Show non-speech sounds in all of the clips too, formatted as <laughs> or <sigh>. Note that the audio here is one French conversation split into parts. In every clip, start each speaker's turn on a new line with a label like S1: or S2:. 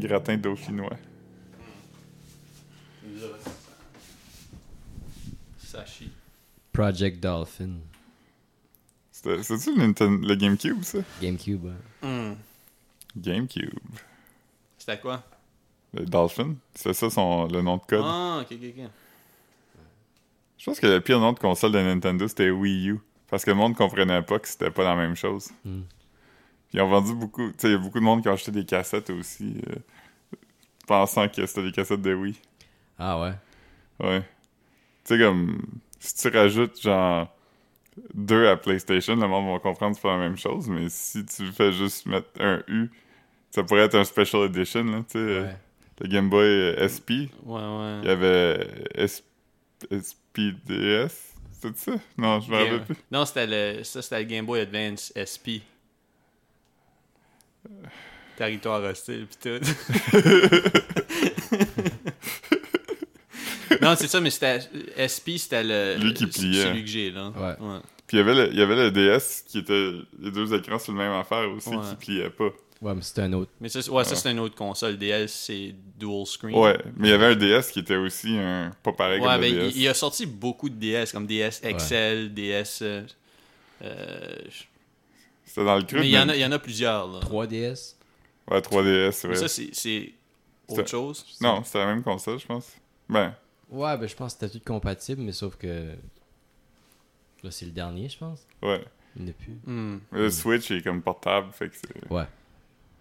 S1: gratin dauphinois.
S2: Sachi.
S3: Project Dolphin.
S1: C'était- C'est-tu le, Ninten- le GameCube, ça?
S3: GameCube. hein.
S1: GameCube.
S2: C'était quoi?
S1: Le Dolphin? C'est ça son, le nom de code?
S2: Ah, ok, ok, ok.
S1: Je pense que le pire nom de console de Nintendo, c'était Wii U. Parce que le monde comprenait pas que c'était pas la même chose.
S3: Mm.
S1: Puis ils ont vendu beaucoup. Tu sais, il y a beaucoup de monde qui a acheté des cassettes aussi, euh, pensant que c'était des cassettes de Wii.
S3: Ah ouais.
S1: Ouais. Tu sais, comme. Si tu rajoutes, genre. Deux à PlayStation, le monde va comprendre que c'est pas la même chose, mais si tu fais juste mettre un U, ça pourrait être un Special Edition, là, tu sais. euh,
S3: Ouais.
S1: Le Game Boy euh, SP,
S2: Ouais, ouais.
S1: il y avait S- SPDS, c'est ça? Non, je me
S2: Game-
S1: rappelle plus.
S2: Non, c'était le... ça, c'était le Game Boy Advance SP. Territoire hostile, pis tout.
S1: <laughs>
S2: non, c'est ça, mais c'était. SP, c'était le.
S1: Lui qui pliait.
S2: Celui que j'ai, là.
S3: Ouais.
S2: ouais.
S1: Puis il y, avait le, il y avait le DS qui était les deux écrans sur le même affaire aussi
S2: Ouais.
S1: qui pliait pas.
S3: Ouais, mais c'était un autre.
S2: Mais ça, c'est- ouais, ça c'est une autre console. DS, c'est dual screen.
S1: Ouais, mais il y avait un DS qui était aussi un pas pareil
S2: Ouais,
S1: comme
S2: ben,
S1: le
S2: il,
S1: DS.
S2: il a sorti beaucoup de DS, comme DS Excel, DS. euh, euh, je-
S1: C'était dans le cru.
S2: mais il y, en a- il y en a plusieurs, là.
S3: 3DS.
S1: Ouais, 3DS,
S2: Mais
S1: ouais.
S2: Ça, c'est- c'est autre
S1: C'est-
S2: chose.
S1: non, c'était la même console, je pense. Ben,
S3: Ouais, ben je pense que c'était tout compatible, mais sauf que. Là, c'est le dernier, je pense.
S1: ouais.
S3: Il n'y en a plus.
S2: Hmm.
S1: Mais Le Switch est comme portable, fait que c'est...
S3: Ouais.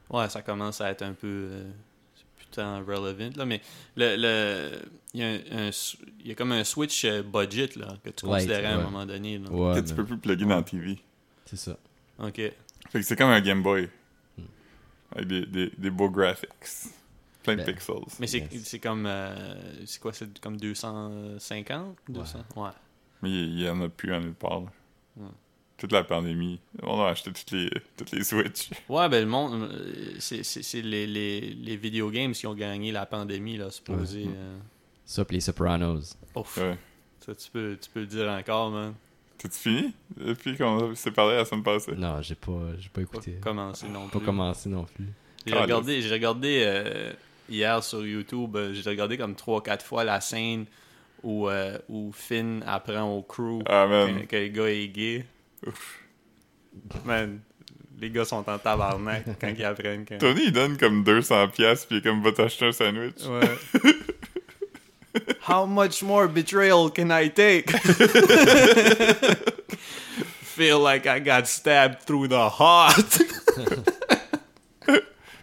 S2: Ouais, ça commence à être un peu euh, putain relevant, là. Mais le, le, il, y a un, un s- il y a comme un switch euh, budget, là, que tu
S3: Light,
S2: considérais à un
S3: ouais.
S2: moment donné, là.
S3: Ouais.
S1: que tu
S3: mais-
S1: peux plus plugger dans la TV.
S3: C'est ça.
S2: Ok.
S1: Fait que c'est comme un Game Boy.
S3: Hmm.
S1: Avec des, des, des beaux graphics. Plein de
S3: Ben,
S1: pixels.
S2: Mais c'est
S3: Yes.
S2: c'est comme. euh, c'est quoi, c'est comme 250 200 Ouais.
S1: Mais il y en a plus en nulle part. là.
S2: Hmm.
S1: Toute la pandémie. On a acheté toutes les, toutes les Switch.
S2: Ouais, ben le monde, euh, c'est c'est- c'est les, les, les video games qui ont gagné la pandémie, là, supposé. euh.
S3: Ça, pis les Sopranos.
S2: Ouf,
S1: Ouais.
S2: ça tu peux, tu peux le dire encore, man.
S1: T'as-tu fini? Depuis qu'on s'est parlé la semaine passée.
S3: Non, j'ai pas, j'ai
S2: Pas
S3: pas écouté.
S2: commencer non
S3: Pas
S2: plus.
S3: commencé non plus.
S2: J'ai
S1: Ah,
S2: regardé, j'ai regardé euh, hier sur YouTube, euh, j'ai regardé comme 3-4 fois la scène où, euh, où Finn apprend au crew
S1: Ah, man.
S2: que, que le gars est gay. Man, les gars sont en tabarnak quand ils apprennent. que-
S1: Tony, il donne comme 200 pièces puis il est comme va t'acheter un sandwich.
S2: Ouais. <laughs> How much more betrayal can I take? <laughs> Feel like I got stabbed through the heart.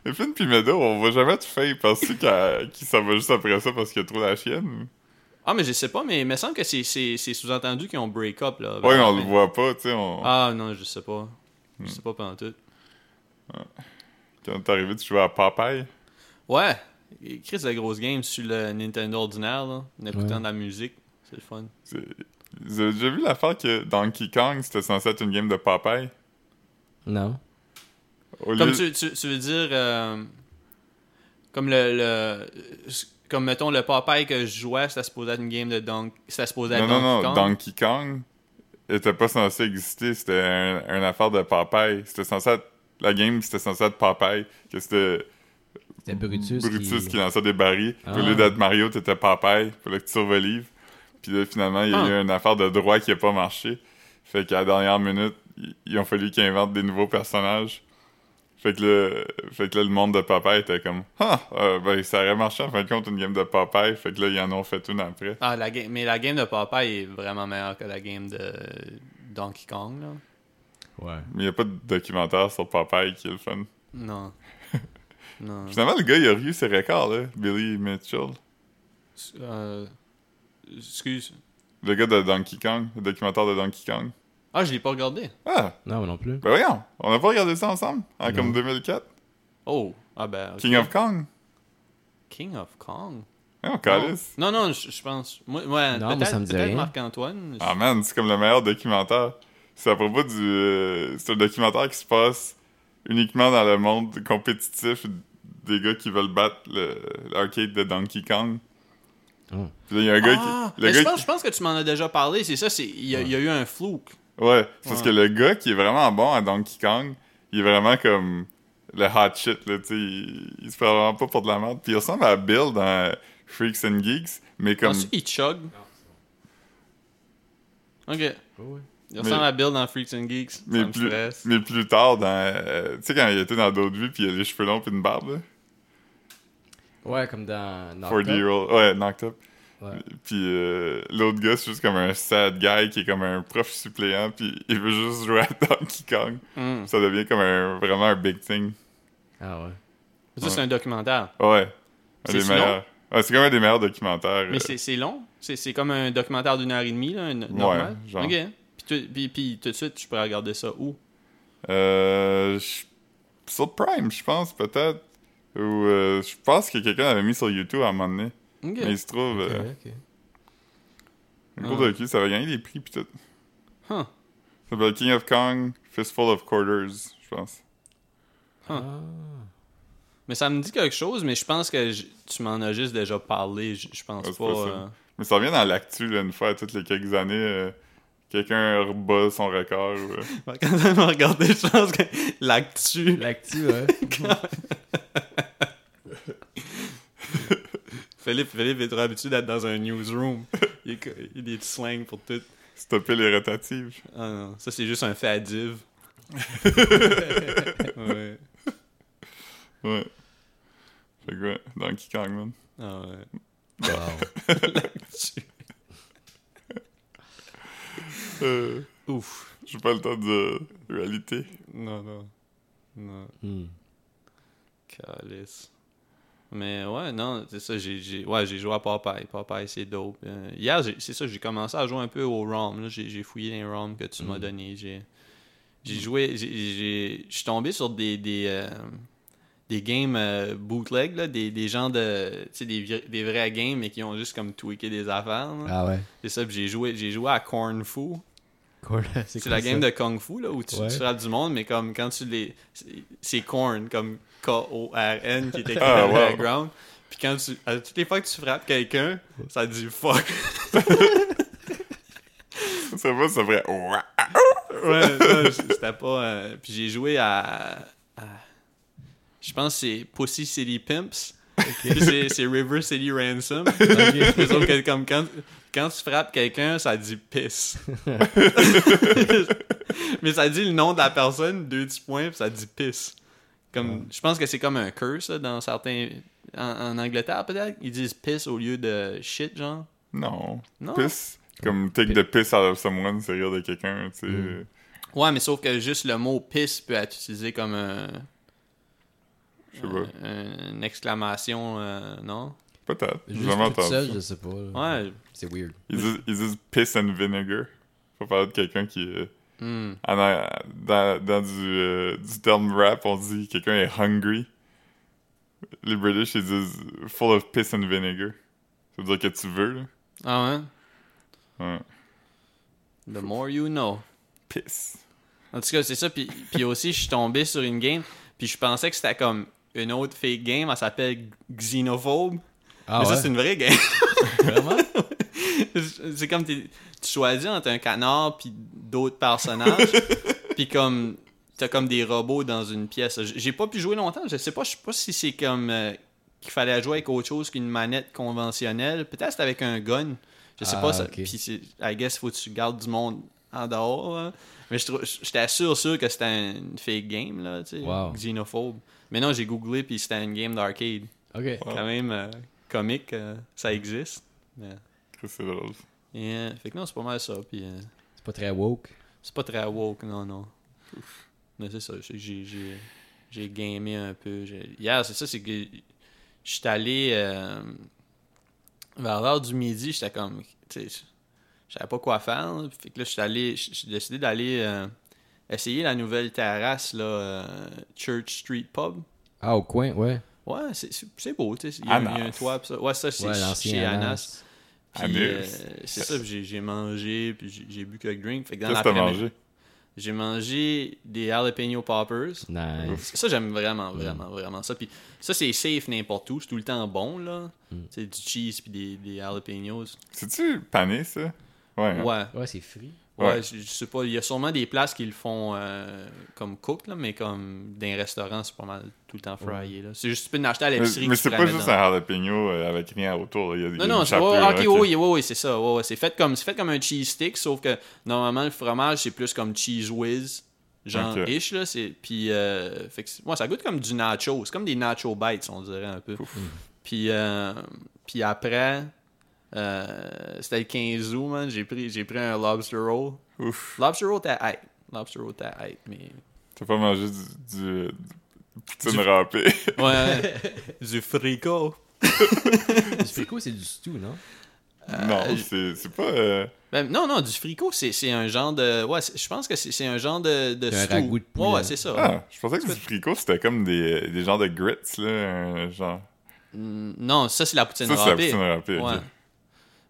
S1: Et Finn puis Meadow, on va jamais te faire parce qu'elle <laughs> qu'il s'en va juste après ça parce qu'il a trop la chienne.
S2: ah, mais je sais pas, mais il me semble que c'est, c'est, c'est sous-entendu qu'ils ont break-up, là.
S1: Ouais, mais on le voit Hmm. pas, tu sais. On...
S2: Ah, non, je sais pas. Je sais pas pendant tout.
S1: Quand t'es arrivé, tu jouais à Popeye.
S2: Ouais, Et Chris la grosse game sur le Nintendo ordinaire, là, en écoutant
S3: Ouais.
S2: de la musique. C'est le fun.
S1: C'est- Vous avez déjà vu l'affaire que Donkey Kong, c'était censé être une game de Popeye?
S3: Non.
S1: Au
S2: Comme
S1: lieu-
S2: tu, tu- tu veux dire. euh, comme le, le- Comme mettons le Popeye que je jouais, c'était supposé être une game de Donkey. C'était supposé être
S1: Non, non, non.
S2: Donkey Kong.
S1: Donkey Kong était pas censé exister. C'était un, un affaire de Popeye. C'était censé être... La game, c'était censé être Popeye. Que c'était
S3: C'était Brutus.
S1: Brutus qui...
S3: qui...
S1: lançait des barils. Puis Au
S3: Ah.
S1: lieu d'être Mario, t'étais Popeye. Fallait que tu survives. Puis là, finalement, il y a
S2: Ah.
S1: eu une affaire de droit qui a pas marché. Fait qu'à la dernière minute, i- ils ont fallu qu'ils inventent des nouveaux personnages. Fait que, le, fait que là, le monde de Popeye était comme « Ah! euh, ben, ça aurait marché en fin de compte, une game de Popeye. » Fait que là, ils en ont fait une après.
S2: Ah, la game, mais la game de Popeye est vraiment meilleure que la game de Donkey Kong, là.
S3: Ouais.
S1: Mais il a pas de documentaire sur Popeye qui est le fun. <laughs>
S2: Non. non.
S1: Finalement, le gars, il a eu ses records, là. Billy Mitchell.
S2: Euh, excuse.
S1: Le gars de Donkey Kong, le documentaire de Donkey Kong.
S2: Ah, je l'ai pas regardé.
S1: Ah,
S3: Non, moi non plus.
S1: ben voyons, on n'a pas regardé ça ensemble, en
S3: Non.
S1: comme 2004.
S2: Oh. Ah ben. ok.
S1: King of Kong.
S2: King of Kong.
S1: Ah, on calisse.
S2: Non, non, je je pense. Moi, ouais,
S3: Non,
S2: peut-être,
S3: moi, ça me dit
S2: peut-être
S3: rien.
S2: Marc-Antoine.
S1: Ah man, c'est comme le meilleur documentaire. C'est à propos du... euh, c'est un documentaire qui se passe uniquement dans le monde compétitif des gars qui veulent battre le- l'arcade de Donkey Kong.
S3: Oh.
S1: Puis là, il y a un gars
S2: Ah,
S1: qui... le
S2: mais
S1: gars
S2: je,
S1: qui-
S2: pense, je pense que tu m'en as déjà parlé, c'est ça, c'est, il, y a, il y a eu un flou.
S1: Ouais, c'est parce que le gars qui est vraiment bon à Donkey Kong, il est vraiment comme le hot shit, là, tu sais. Il, il se fait vraiment pas pour de la merde. Puis il ressemble à Bill dans Freaks and Geeks, mais comme.
S2: Penses-tu qu'il chug? Ok.
S3: Oh, Ouais, ouais.
S2: Il ressemble à Bill dans Freaks and Geeks. Ça
S1: Mais
S2: me
S1: plus,
S2: stresse.
S1: mais plus tard, dans. euh, tu sais, quand il était dans d'autres vies, puis il a les cheveux longs, puis une barbe, là.
S3: Ouais, comme dans. Knocked
S1: 40
S3: Up.
S1: year old. Ouais, knocked up.
S3: Ouais.
S1: Puis euh, l'autre gars, c'est juste comme un sad guy qui est comme un prof suppléant, puis il veut juste jouer à Donkey Kong.
S2: Mm.
S1: Ça devient comme un, vraiment un big thing.
S3: Ah ouais.
S2: Ça, c'est un documentaire.
S1: Ouais. Un
S2: C'est
S1: des
S2: si long?
S1: meilleurs. Ouais, c'est comme un des meilleurs documentaires.
S2: Mais
S1: euh,
S2: c'est c'est long. C'est c'est comme un documentaire d'une heure et demie, là, un- normal.
S1: genre.
S2: Ok. Puis, tu- puis- puis tout de suite, je pourrais regarder ça où?
S1: euh, je- sur Prime, je pense, peut-être. Ou euh, je pense que quelqu'un l'avait mis sur YouTube à un moment donné.
S2: Ok.
S1: Mais il se trouve,
S3: Ok,
S1: euh,
S3: ok.
S1: un gros
S2: Ah.
S1: docu, ça va gagner des prix, pis tout.
S2: Huh.
S1: Ça s'appelle King of Kong, Fistful of Quarters, je pense.
S3: Ah.
S2: Mais ça me dit quelque chose, mais je pense que j- tu m'en as juste déjà parlé. Je je pense
S1: Ah, c'est
S2: pas.
S1: possible.
S2: euh,
S1: Mais ça revient dans l'actu, là, une fois, à toutes les quelques années, euh, quelqu'un rebat son record. ou,
S3: <laughs>
S1: euh,
S2: <laughs> Quand elle m'a regardé, je pense que l'actu.
S3: L'actu, ouais.
S2: Philippe, Philippe est trop habitué d'être dans un newsroom. <laughs> Il, est co- il a des petits slangs pour tout.
S1: stopper les rotatives.
S2: Ah non, ça c'est juste un fadive. ouais.
S1: Ouais. Fait que ouais, Donkey Kong, man.
S2: Ah ouais.
S3: Wow.
S2: L'actu.
S1: Euh,
S2: Ouf.
S1: J'ai pas le temps de réalité.
S2: Non, non. Non.
S3: Hmm.
S2: Calice. Mais ouais, non, c'est ça, j'ai, j'ai- ouais, j'ai joué à Popeye. Popeye, c'est dope. Euh, hier, j'ai- c'est ça, j'ai commencé à jouer un peu au ROM. Là. J'ai, j'ai fouillé les ROM que tu m'as
S3: Mm.
S2: donné. J'ai, j'ai joué, j'ai, j'ai- je suis tombé sur des, des, euh, des games euh, bootleg, là, des, des gens de, tu sais, des, vi- des vrais games, mais qui ont juste comme tweaké des affaires. là.
S3: Ah ouais.
S2: C'est ça, puis j'ai joué, j'ai joué à Corn Fu.
S3: Cool.
S2: C'est
S3: quoi
S2: la
S3: ça?
S2: game de Kung Fu, là, où tu,
S3: Ouais.
S2: tu frappes du monde, mais comme quand tu les. c'est- C'est Korn, comme K-O-R-N, qui était écrit
S1: Ah,
S2: dans le
S1: wow.
S2: background. Puis quand tu. À toutes les fois que tu frappes quelqu'un, ça dit fuck.
S1: Ça va, ça ferait. Ouah!
S2: Ouais, non, c'était pas. euh, Puis j'ai joué à. à- Je pense que c'est Pussy City Pimps. Puis c'est- C'est River City Ransom. Mais sauf que comme quand, quand tu frappes quelqu'un, ça dit piss. Mais ça dit le nom de la personne, deux petits points, puis ça dit piss. Comme, je pense que c'est comme un curse là, dans certains. En, en Angleterre, peut-être, ils disent piss au lieu de shit, genre.
S1: Non.
S2: Non.
S1: Pisse. Comme take the piss out of someone, c'est rire de quelqu'un, tu sais.
S3: Mm.
S2: Ouais, mais sauf que juste le mot piss peut être utilisé comme un.
S1: Je sais pas.
S2: un- Euh, une exclamation, euh, non?
S1: Peut-être. J'ai
S3: Juste
S1: jamais
S3: toute
S1: entendu.
S3: seule,
S1: ça.
S3: je sais pas. là.
S2: Ouais.
S3: C'est weird.
S1: Ils disent, ils disent piss and vinegar. Faut parler de quelqu'un qui. euh,
S2: hmm.
S1: en a- dans, dans du, euh, du terme rap, on dit quelqu'un est hungry. Les British, ils disent full of piss and vinegar. Ça veut dire que tu veux, là.
S2: Ah ouais?
S1: Ouais.
S2: The more you know.
S1: Piss.
S2: En tout cas, c'est ça. Puis, puis aussi, je suis tombé sur une game, puis je pensais que c'était comme une autre fake game. Elle s'appelle Xenophobe.
S3: Ah
S2: mais
S3: ouais.
S2: ça, c'est une vraie game.
S3: <laughs> Vraiment?
S2: <laughs> c'est comme t'es- tu choisis entre un canard puis d'autres
S3: <laughs>
S2: personnages. puis comme t'as comme des robots dans une pièce. J- J'ai pas pu jouer longtemps. Je sais pas, je sais pas si c'est comme euh, qu'il fallait jouer avec autre chose qu'une manette conventionnelle. Peut-être c'était avec un gun. Je sais
S3: Ah,
S2: pas. ça-
S3: ok.
S2: Puis c'est- I guess faut que tu gardes du monde en dehors. hein. Mais je trou- j'étais sûr sûr que c'était une fake game là, tu sais,
S3: Wow.
S2: xénophobe. Mais non, j'ai googlé puis c'était une game d'arcade.
S3: Ok.
S1: Wow.
S2: Quand même euh, comique, euh, ça existe. Mais-
S1: Que C'est drôle.
S2: et, euh, fait que non, c'est pas mal ça. Puis euh,
S3: C'est pas très woke.
S2: c'est pas très woke, non, non. Mais c'est ça, c'est que j'ai, j'ai, j'ai gamé un peu. J'ai- Hier, c'est ça, c'est que j'étais allé euh, vers l'heure du midi, j'étais comme, tu sais, je savais pas quoi faire. là. Fait que là, j'étais allé, j- j'ai décidé d'aller euh, essayer la nouvelle terrasse, là, euh, Church Street Pub.
S3: Ah, au coin, ouais.
S2: Ouais, c'est, c'est, c'est beau, tu sais. Il y, a- il y a un
S1: Anas.
S2: toit, pis ça. Ouais, ça, c'est
S3: Ah, Ouais,
S2: chez
S3: l'ancien
S2: Anas.
S3: Anas.
S2: Puis,
S1: Amuse.
S2: euh, c'est ça, puis j'ai j'ai mangé, puis j'ai- j'ai bu quelques drinks. Fait que dans
S1: Qu'est-ce que t'as
S2: l'après-midi,
S1: mangé?
S2: J'ai mangé des jalapeno poppers.
S3: Nice.
S2: Ça, j'aime vraiment, vraiment, vraiment ça. Puis ça, c'est safe n'importe où. C'est tout le temps bon, là. C'est du cheese puis des, des jalapenos.
S1: C'est-tu pané, ça? Ouais. hein?
S2: Ouais.
S3: Ouais, c'est free.
S2: Ouais,
S1: Ouais.
S2: Je, je sais pas. Il y a sûrement des places qui le font euh, comme cook, là, mais comme dans un restaurant, c'est pas mal tout le temps fryé. là. C'est juste, tu peux l'acheter à
S1: Mais,
S2: l'épicerie.
S1: mais
S2: que tu
S1: c'est
S2: te
S1: pas
S2: ramènes
S1: juste
S2: dans-
S1: un jalapeno euh, avec rien autour. là. Il y a, il y a
S2: Non, non,
S1: une
S2: c'est,
S1: chapelure,
S2: ouais, ok,
S1: ok.
S2: oui, oui, oui, c'est ça. ouais, ouais, c'est, fait comme, c'est fait comme un cheese stick, sauf que normalement, le fromage, c'est plus comme cheese whiz, genre
S1: Ok.
S2: ish. Là, c'est, puis, euh, fait que c'est- ouais, ça goûte comme du nacho. C'est comme des nacho bites, on dirait un peu. Mm. Puis, euh, puis après, euh, c'était le 15 août, man, j'ai pris, j'ai pris un lobster roll.
S1: Ouf.
S2: Lobster roll, t'as hype. Lobster roll, t'as hype, mais...
S1: T'as pas mangé du, euh, du, du poutine
S2: Du-
S1: râpée. <laughs>
S2: Ouais, du fricot.
S3: Du frico, c'est du stew, non
S1: non,
S2: Euh, je-
S1: c'est c'est pas. euh,
S2: Ben, non, non, du fricot, c'est, c'est un genre de... Ouais, c'est- je pense que c'est, c'est un genre de, de
S3: C'est un
S2: stew.
S3: ragoût de poulet.
S2: Ouais, ouais, c'est ça.
S1: Ah, je pensais que du fricot, c'était comme des, des genres de grits, là. un genre.
S2: Mm, Non, ça, c'est la poutine
S1: Ça, c'est la
S2: râpée.
S1: poutine râpée. ok.
S2: Ouais.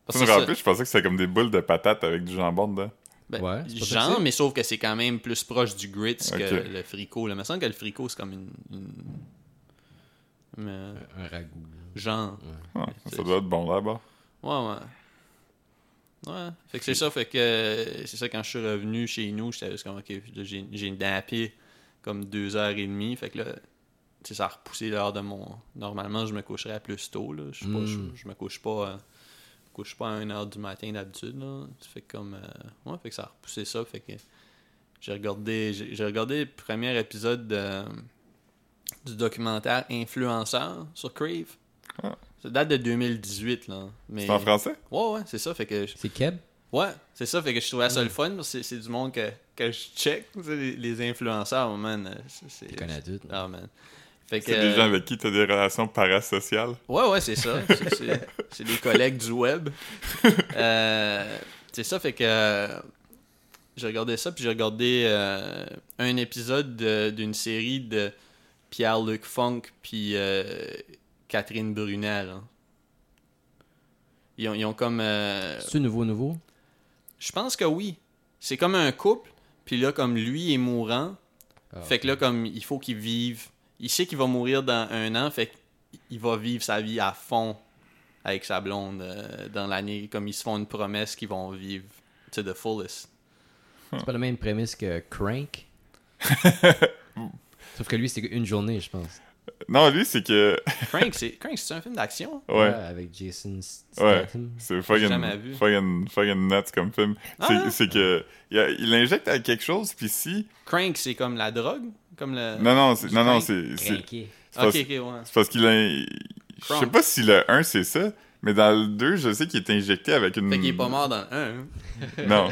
S2: Parce
S1: Poutine
S2: que Ah, ça-
S1: râpée, je pensais que c'était comme des boules de patates avec du jambon dedans.
S2: ben,
S3: Ouais, c'est pas ça que
S2: genre,
S3: c'est?
S2: mais sauf que c'est quand même plus proche du grits que
S1: Ok.
S2: le fricot. Là. Il me semble que le fricot, c'est comme une... une- une-
S3: Un ragoût.
S2: genre...
S1: Ah,
S2: C'est-
S1: ça doit être bon là-bas.
S2: Ouais, ouais. Ouais. Fait que c'est ça, fait que euh, c'est ça quand je suis revenu chez nous, j'étais juste comme ok, là, j'ai j'ai nappé comme deux heures et demie. Fait que là, tu sais, ça a repoussé l'heure de mon. Normalement, je me coucherais à plus tôt. Là. Je, suis
S1: Hmm.
S2: pas,
S3: Mm.
S2: je, je me couche pas. euh, je me couche pas à 1h du matin d'habitude. là. Fait que comme. euh, ouais, fait que ça a repoussé ça. Fait que j'ai regardé. J'ai j'ai regardé le premier épisode de- du documentaire Influenceur sur Crave.
S1: Ah.
S2: Ça date de 2018, là. Mais...
S1: C'est en français?
S2: Ouais, ouais, c'est ça. Fait que je-
S3: C'est keb
S2: Ouais, c'est ça. Fait que je trouvais ça le fun. parce que C'est, c'est du monde que, que je check. tu sais, Les, les influenceurs, oh man. euh, c'est- C'est,
S3: Tu connais toutes.
S2: Ah, man. Fait que, euh,
S1: C'est des gens avec qui t'as des relations parasociales.
S2: Ouais, ouais, c'est ça. C'est, c'est- c'est des collègues du
S1: <laughs>
S2: web. Euh, c'est ça, fait que euh, j'ai regardé ça, puis j'ai regardé euh, un épisode de- d'une série de Pierre-Luc Funk puis euh, Catherine Brunel. hein. Ils, ont, ils ont comme... euh,
S3: C'est nouveau, nouveau
S2: je pense que oui. C'est comme un couple, puis là, comme lui est mourant,
S3: Ah,
S2: fait que là, comme il faut qu'il vive. Il sait qu'il va mourir dans un an, fait qu'il va vivre sa vie à fond avec sa blonde euh, dans l'année. Comme ils se font une promesse qu'ils vont vivre to the fullest.
S3: C'est pas la même prémisse que
S1: <laughs>
S3: Crank. Sauf que lui, c'était une journée, je pense.
S1: Non, lui, c'est
S2: <laughs>
S1: que.
S2: Crank, c'est Crank, c'est un film d'action. hein?
S1: Ouais.
S3: avec Jason
S1: Ouais.
S3: Statham.
S1: C'est
S2: jamais
S1: fucking,
S2: vu.
S1: fucking, fucking nuts comme film.
S2: Ah,
S1: C'est-
S2: ouais.
S1: C'est que. Il, a- il injecte à quelque chose, puis si.
S2: Crank, c'est comme la drogue, comme le.
S1: Non, non, c'est-
S2: du
S1: non, non,
S2: crank.
S1: c'est. c'est-
S3: Cranké.
S1: c'est
S2: Ok,
S1: parce-
S2: ok, ouais.
S1: C'est parce qu'il a. Je sais
S2: Crunk.
S1: pas si le 1 c'est ça, mais dans le 2, je sais qu'il est injecté avec une.
S2: Fait qu'il est pas mort dans un. hein?
S1: Non.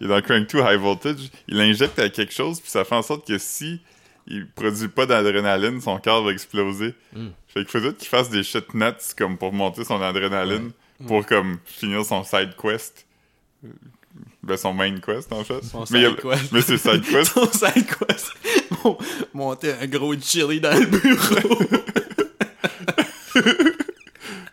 S1: il est dans Crank 2 High Voltage. Il injecte à quelque chose, puis ça fait en sorte que si il produit pas d'adrénaline, son corps va exploser.
S3: Mm.
S2: Hmm.
S1: Fait qu'il faut peut-être qu'il fasse des shit nuts comme pour monter son adrénaline, pour comme finir son side quest. Ben, son main quest en fait.
S2: Son
S1: mais, il y a-
S2: side quest.
S1: mais c'est side
S2: <laughs>
S1: quest.
S2: On sait quoi c'est- Mon- Monter un gros chili dans
S1: <laughs>
S2: le bureau.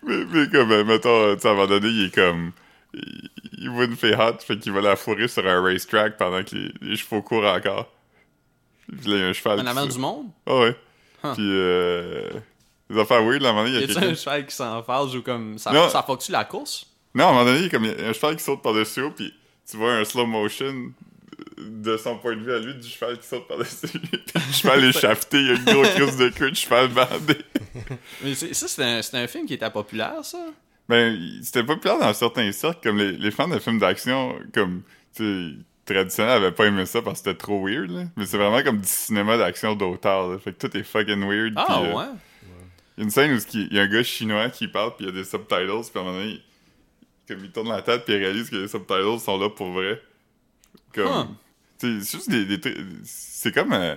S1: mais, mais comme, euh, mettons, euh, tu sais, à un moment donné, il est comme. Il, il voit une fille hot, fait qu'il va la fourrer sur un racetrack pendant que les, les chevaux courent encore. Puis là, il y a un cheval.
S2: en
S1: qui
S2: avant
S1: se-
S2: du monde.
S1: Ah ouais.
S2: Huh.
S1: Puis, euh... Les affaires weird, là, à un moment donné, il y
S2: Y
S1: a
S2: a-tu un
S1: quelqu'un...
S2: cheval qui s'enfarge ou comme. Ça,
S1: Non.
S2: ça fuck-tu la course?
S1: Non, à un moment donné, il y a comme il y a un cheval qui saute par-dessus haut, puis tu vois un slow motion de son point de vue à lui, du cheval qui saute par-dessus <laughs> lui. Puis le cheval
S2: <laughs>
S1: est shafté, il y a une grosse crise de queue, le cheval bandé. <laughs>
S2: Mais c'est- ça, c'est un, c'est un film qui était populaire, ça?
S1: Ben, il- c'était populaire dans certains cercles, comme les, les fans de films d'action, comme, tu sais, traditionnels, avaient pas aimé ça parce que c'était trop weird, là. Mais c'est vraiment comme du cinéma d'action d'auteur, là. Fait que tout est fucking weird.
S2: Ah,
S1: puis, euh,
S2: ouais?
S1: Il y a une scène où ce qui- il y a un gars chinois qui parle, puis il y a des subtitles, puis à un moment donné, il, comme il tourne la tête, puis il réalise que les subtitles sont là pour vrai. Comme.
S2: Huh.
S1: tu sais, C'est juste des, des trucs. C'est comme. euh,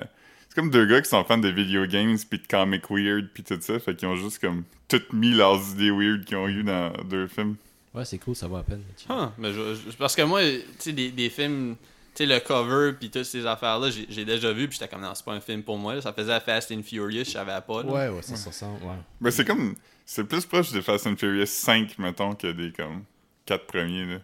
S1: c'est comme deux gars qui sont fans de video games, puis de comic weird, puis tout ça, fait qu'ils ont juste comme. Toutes mis leurs idées weird qu'ils ont eu dans deux films.
S3: Ouais, c'est cool, ça va à peine.
S2: Huh, Hein, mais je- je- parce que moi, tu sais, des, des films, tu sais, le cover puis toutes ces affaires-là, j'ai j'ai déjà vu, puis j'étais comme, non, c'est pas un film pour moi. là. Ça faisait Fast and Furious, je savais pas. là.
S3: Ouais, ouais, ça se ressemble, ouais.
S1: Mais Ben, c'est comme. C'est plus proche de Fast and Furious 5, mettons, que des comme. Quatre premiers, là.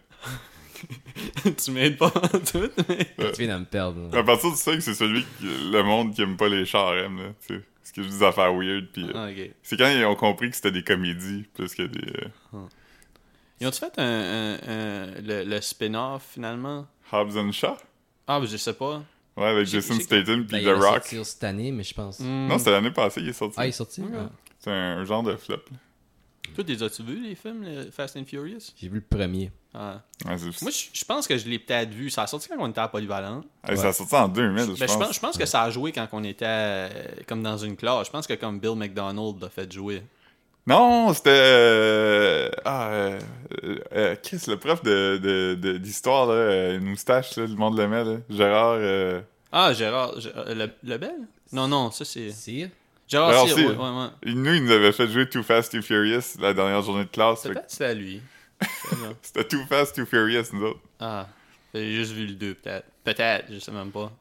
S2: <laughs> tu m'aides pas en tout, mais.
S1: Euh,
S3: Tu viens de me perdre. là.
S1: À partir du 5, c'est celui que le monde qui aime pas les chars aime, là. tu sais. Parce que juste des affaires weird, puis. euh,
S2: Ah, ok.
S1: C'est quand ils ont compris que c'était des comédies plus que des. euh,
S2: Ils ont-tu fait un, un- un- le, le spin-off finalement
S1: Hobbs and Shaw?
S2: Ah, ben, je sais pas.
S1: Ouais, avec
S2: J'ai-
S1: Jason
S2: j'ai-
S1: Statham puis
S3: Ben, il
S1: The
S3: va
S1: Rock.
S3: sortir cette année, mais je pense.
S2: Hmm.
S1: Non, c'était l'année passée, il est sorti.
S3: Ah, il est sorti
S2: Ouais.
S3: Ah.
S1: C'est un genre de flop. là.
S2: Toi, les as-tu vu les films, le Fast and Furious
S3: J'ai vu le premier.
S2: Ah.
S1: Ouais, c'est-
S2: Moi, je je pense que je l'ai peut-être vu. Ça a sorti quand on était à Polyvalent.
S1: Hey, Ça a sorti en 2000, je
S2: Ben, je, pense,
S1: pense.
S2: je pense que ça a joué quand on était euh, comme dans une classe. Je pense que comme Bill McDonald l'a fait jouer.
S1: Non, c'était. euh, Ah, euh, euh, euh, Chris, le prof de- de- de- d'histoire, de, une moustache, là, le monde le met, là. Gérard. euh,
S2: Ah, Gérard, Gé- euh, le, Lebel Non, non, ça c'est.
S3: C'est
S2: Gérard,
S1: Gérard
S2: Cyr,
S1: Cyr.
S2: ouais, ouais, ouais.
S1: il- Nous, il nous avait fait jouer Too Fast, Too Furious la dernière journée de classe.
S2: C'est
S1: fait que
S2: peut-être c'est à lui.
S1: C'était Too Fast, Too Furious, nous autres.
S2: ah, j'ai juste vu le 2, peut-être. Peut-être, je sais même pas.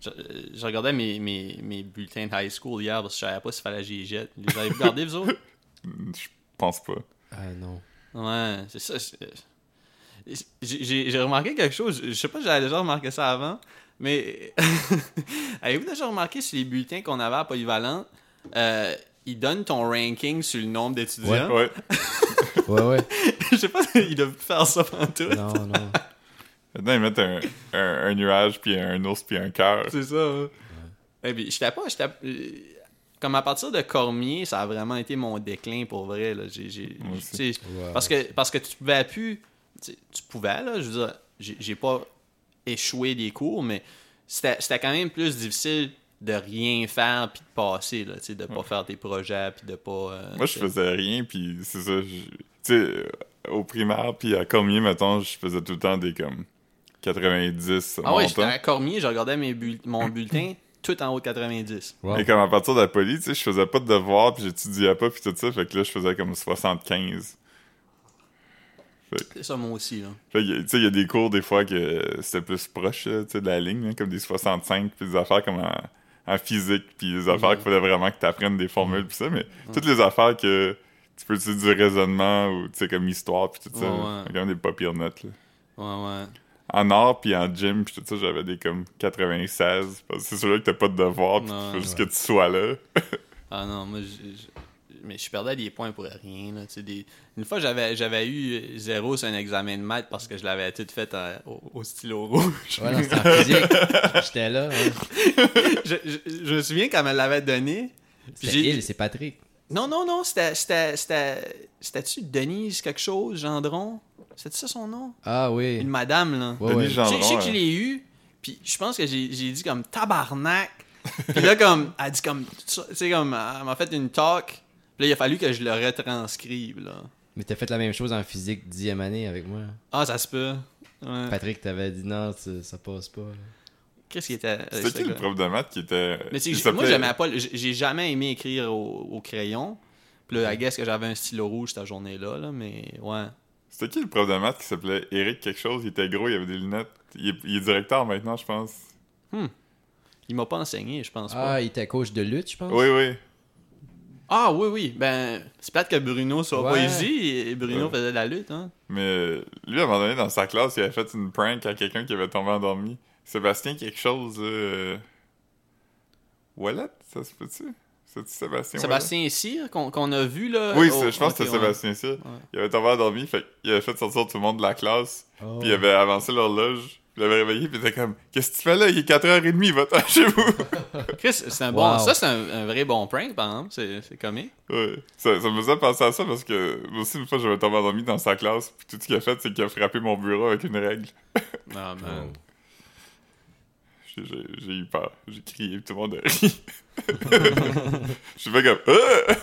S2: Je, euh, je regardais mes, mes, mes bulletins de high school hier parce que je savais pas s'il fallait que j'y jette. Vous les avez regardés, vous autres
S1: Hmm, Je pense pas.
S3: Ah non.
S2: Ouais, c'est ça. c'est- J'ai j'ai- j'ai remarqué quelque chose. Je sais pas si j'avais déjà remarqué ça avant, mais <laughs> avez-vous déjà remarqué sur les bulletins qu'on avait à Polyvalent, euh, ils donnent ton ranking sur le nombre d'étudiants?
S1: Ouais.
S3: Ouais, ouais. <laughs>
S2: <laughs> Je sais pas s'ils doivent plus faire ça pendant tout.
S3: non, non.
S1: Maintenant, ils mettent un, un- un nuage, puis un ours, puis un cœur.
S2: C'est ça. hein. Eh bien, j'étais pas. j'étais- euh, Comme à partir de Cormier, ça a vraiment été mon déclin pour vrai. Là. J'ai- j'ai-
S1: Moi aussi.
S2: tu sais,
S3: Wow.
S2: parce, que, parce que tu pouvais plus. Tu sais, tu pouvais, là. Je veux dire, j'ai j'ai pas échoué des cours, mais c'était c'était quand même plus difficile de rien faire puis de passer, là. Tu sais, de pas faire tes projets puis de pas. euh,
S1: Moi, je faisais rien, puis c'est ça. je- Tu sais, euh, au primaire, puis à Cormier, mettons, je faisais tout le temps des comme 90
S2: Ah ouais, j'étais
S1: montants.
S2: à Cormier, je regardais mes bull- mon bulletin tout en haut de 90.
S3: Wow.
S1: Et comme à partir de la poly, tu sais, je faisais pas de devoirs, puis j'étudiais pas, puis tout ça, fait que là, je faisais comme 75.
S2: C'est ça, moi aussi, là.
S1: Fait que, tu sais, il y a des cours, des fois, que c'était plus proche, là, tu sais, de la ligne, hein, comme des 65, puis des affaires comme en, en physique, puis des
S2: Mhm.
S1: affaires qu'il fallait vraiment que tu apprennes des formules, puis ça, mais toutes les affaires que tu peux utiliser du raisonnement, ou, tu sais, comme histoire, puis tout ça,
S2: Ouais, ouais.
S1: on a quand même des pas pires notes, là.
S2: Ouais, ouais.
S1: en art puis en gym puis tout ça j'avais des comme 96 parce que c'est sûr que t'as pas de devoir puis
S2: Non,
S1: il faut juste que tu sois là
S2: Ah non, moi, je, je- mais je perdais des points pour rien. Là, tu sais, des... Une fois, j'avais, j'avais eu zéro sur un examen de maths parce que je l'avais tout fait en- au, au stylo <laughs> rouge.
S3: Ouais, non, c'était en physique. J'étais là. hein. ouais.
S2: je, je- je me souviens quand elle me l'avait donné. puis
S3: C'était
S2: j'ai-
S3: il, c'est Patrick.
S2: Non, non, non, c'était, c'était, c'était, c'était-tu Denise quelque chose, Gendron? C'était ça son nom?
S3: Ah oui.
S2: Une madame, là.
S3: Ouais,
S1: Denis
S3: ouais.
S2: Je
S1: Gendron
S2: sais- je sais que je
S1: hein.
S2: l'ai eu, puis je pense que j'ai j'ai dit comme tabarnak. Puis là, comme, elle dit comme, tu sais, comme, elle m'a fait une talk. Puis là, il a fallu que je le retranscrive, là.
S3: Mais t'as fait la même chose en physique dixième année avec moi.
S2: Ah, ça se peut. Ouais.
S3: Patrick t'avait dit non, tu- ça passe pas.
S2: Qu'est-ce qui était. euh,
S1: c'était qui
S2: ça,
S1: le
S2: quoi?
S1: prof de maths qui était
S2: Mais c'est
S1: il
S2: que j'- moi,
S1: s'appelait-
S2: j'aimais pas. le- j'- J'ai jamais aimé écrire au, au crayon. Puis là, I guess que j'avais un stylo rouge cette journée-là, là, mais ouais.
S1: c'était qui le prof de maths qui s'appelait Eric quelque chose il était gros il avait des lunettes il est, il est directeur maintenant je pense
S2: Il m'a pas enseigné, je pense pas.
S3: Ah, il était coach de lutte, je pense.
S1: oui oui
S2: Ah oui, oui. Ben, c'est peut-être que Bruno soit
S3: Ouais.
S2: pas ici. et Bruno
S1: Ouais.
S2: faisait de la lutte, hein.
S1: mais lui à un moment donné dans sa classe il avait fait une prank à quelqu'un qui avait tombé endormi Sébastien quelque chose euh... Wallet ça se peut-tu c'est-tu Sébastien Wallet?
S2: Sébastien Cyr, qu'on qu'on a vu, là.
S1: Oui,
S2: au-
S1: c'est- je pense que
S2: ok,
S1: c'était
S2: ouais.
S1: Sébastien ça. Il avait tombé endormi, fait il avait fait sortir tout le monde de la classe,
S3: Oh.
S1: puis il avait avancé l'horloge, puis il avait réveillé, puis il était comme Qu'est-ce que tu fais là Il est 4h30, va-t'en chez vous
S2: Chris, c'est un
S3: Wow.
S2: bon. Ça, c'est un, un vrai bon prank, par exemple. C'est c'est comique.
S1: Ouais. ça, ça me faisait penser à ça parce que moi aussi, une fois, j'avais tombé endormi dans sa classe, puis tout ce qu'il a fait, c'est qu'il a frappé mon bureau avec une règle.
S2: Ah, man.
S1: J'ai- J'ai j'ai eu peur, j'ai crié, puis tout le monde a ri. Je suis fait comme Ah!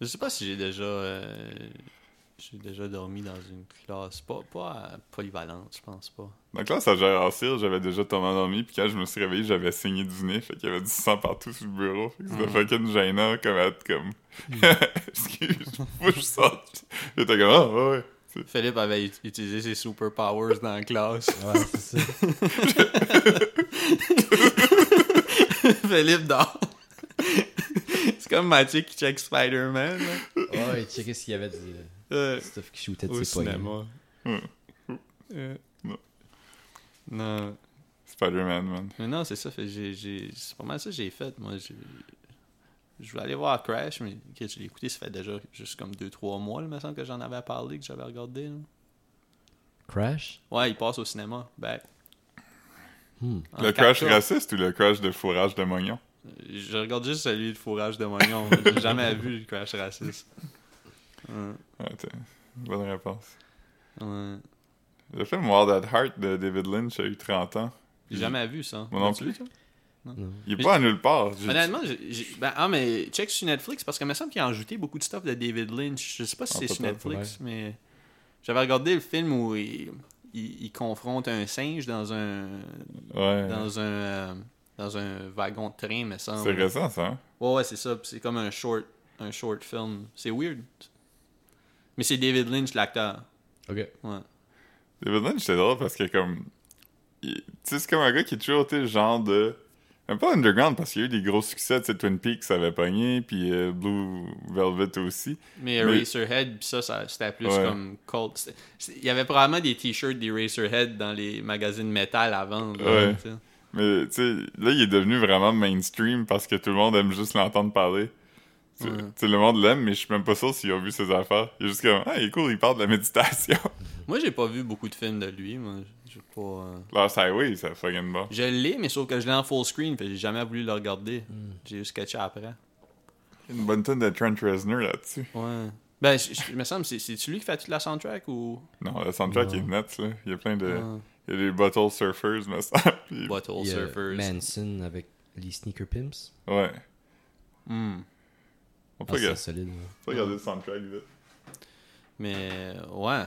S2: Je sais pas si j'ai déjà. euh, j'ai déjà dormi dans une classe. Pas, pas à polyvalente, je pense pas.
S1: Dans la classe à Gérard Cyr, j'avais déjà tombé endormi, puis quand je me suis réveillé, j'avais saigné du nez, fait qu'il y avait du sang partout sur le bureau, fait que c'était fucking gênant, comme à être comme... <laughs> Excuse, faut que je sorte. J'étais comme, ah, ouais, ouais.
S2: Philippe avait ut- utilisé ses superpowers dans la classe.
S3: Ouais, c'est ça.
S2: <laughs> Philippe dort. <laughs> c'est comme Mathieu qui check Spider-Man. là.
S3: <laughs> Ouais, il checkait ce qu'il y avait du
S2: Euh,
S3: stuff qui shootait
S2: au
S3: de ses poignets.
S2: cinéma.
S1: Hum.
S2: Euh,
S1: Non.
S2: Non.
S1: Spider-Man, man.
S2: Mais non, c'est ça. fait que j'ai- j'ai- C'est pas mal ça que j'ai fait. Moi, j'ai- Je voulais aller voir Crash, mais que je l'ai écouté, ça fait déjà juste comme 2-3 mois, là, il me semble que j'en avais parlé, que j'avais regardé. là.
S3: Crash?
S2: Ouais, il passe au cinéma. Ben,
S3: Hmm.
S2: en
S1: Le crash
S2: 4K.
S1: raciste ou le crash de fourrage de moignon?
S2: Je regarde juste celui de fourrage de moignon. J'ai jamais vu le
S1: <laughs>
S2: crash raciste. Ouais,
S1: Ah, t'as- bonne réponse.
S2: ouais.
S1: Le film Wild at Heart de David Lynch a eu 30 ans.
S2: J'ai jamais vu ça.
S1: Moi non
S2: As-tu vu
S1: plus.
S2: ça?
S3: Non.
S1: Il
S2: Mais-
S1: est pas à nulle part. J'ai-
S2: Honnêtement, j'ai- j'ai- ben, ah, mais check sur Netflix parce que me semble qu'ils ont ajouté beaucoup de stuff de David Lynch. Je sais pas si
S1: Ah,
S2: c'est sur
S1: peut-être,
S2: Netflix, mais j'avais regardé le film où il, il- il confronte un singe dans un
S1: Ouais.
S2: dans un euh, dans un wagon de train, me semble.
S1: C'est récent, ça. hein?
S2: Ouais, ouais, c'est ça. Puis C'est comme un short un short film. C'est weird. Mais c'est David Lynch l'acteur.
S3: Ok.
S2: Ouais.
S1: David Lynch, c'est drôle parce que, comme. il- Tu sais, c'est comme un gars qui a toujours été le genre de. Même pas underground parce qu'il y a eu des gros succès. Tu sais, Twin Peaks, ça avait pogné, puis euh, Blue Velvet aussi.
S2: Mais
S1: Mais-
S2: Eraserhead, pis ça, ça c'était plus
S1: Ouais.
S2: comme cult. C'était- c'est- Il y avait probablement des t-shirts d'Eraserhead dans les magazines métal avant. là,
S1: Ouais.
S2: tu sais.
S1: Mais, tu sais, là, il est devenu vraiment mainstream parce que tout le monde aime juste l'entendre parler. Tu
S2: Ouais.
S1: tu sais, le monde l'aime, mais je suis même pas sûr s'ils ont vu ses affaires. Il est juste comme, ah, il est cool, il parle de la méditation. <laughs>
S2: Moi, j'ai pas vu beaucoup de films de lui. Moi, j'ai pas. euh,
S1: Lost Highway, ça fucking bon.
S2: Je l'ai, mais sauf que je l'ai en full screen, fait que j'ai jamais voulu le regarder.
S3: Hmm.
S2: J'ai juste catché après.
S1: Une bonne tonne de Trent Reznor là-dessus.
S2: Ouais. Ben, je, je- il me semble, c'est, c'est-tu lui qui fait toute la soundtrack ou.
S1: Non, le soundtrack
S3: Non.
S1: est net, là. Il y a plein de.
S2: Ah.
S1: Il y a des Bottle Surfers, me semble. <laughs> Puis-
S2: Bottle
S3: Il y a ben,
S2: Surfers.
S3: Manson avec les Sneaker Pimps.
S1: Ouais.
S2: Hmm.
S1: On peut
S3: Ah, c'est
S1: regarder,
S3: solide. ouais.
S1: on peut regarder le soundtrack vite.
S2: Mais, euh, ouais.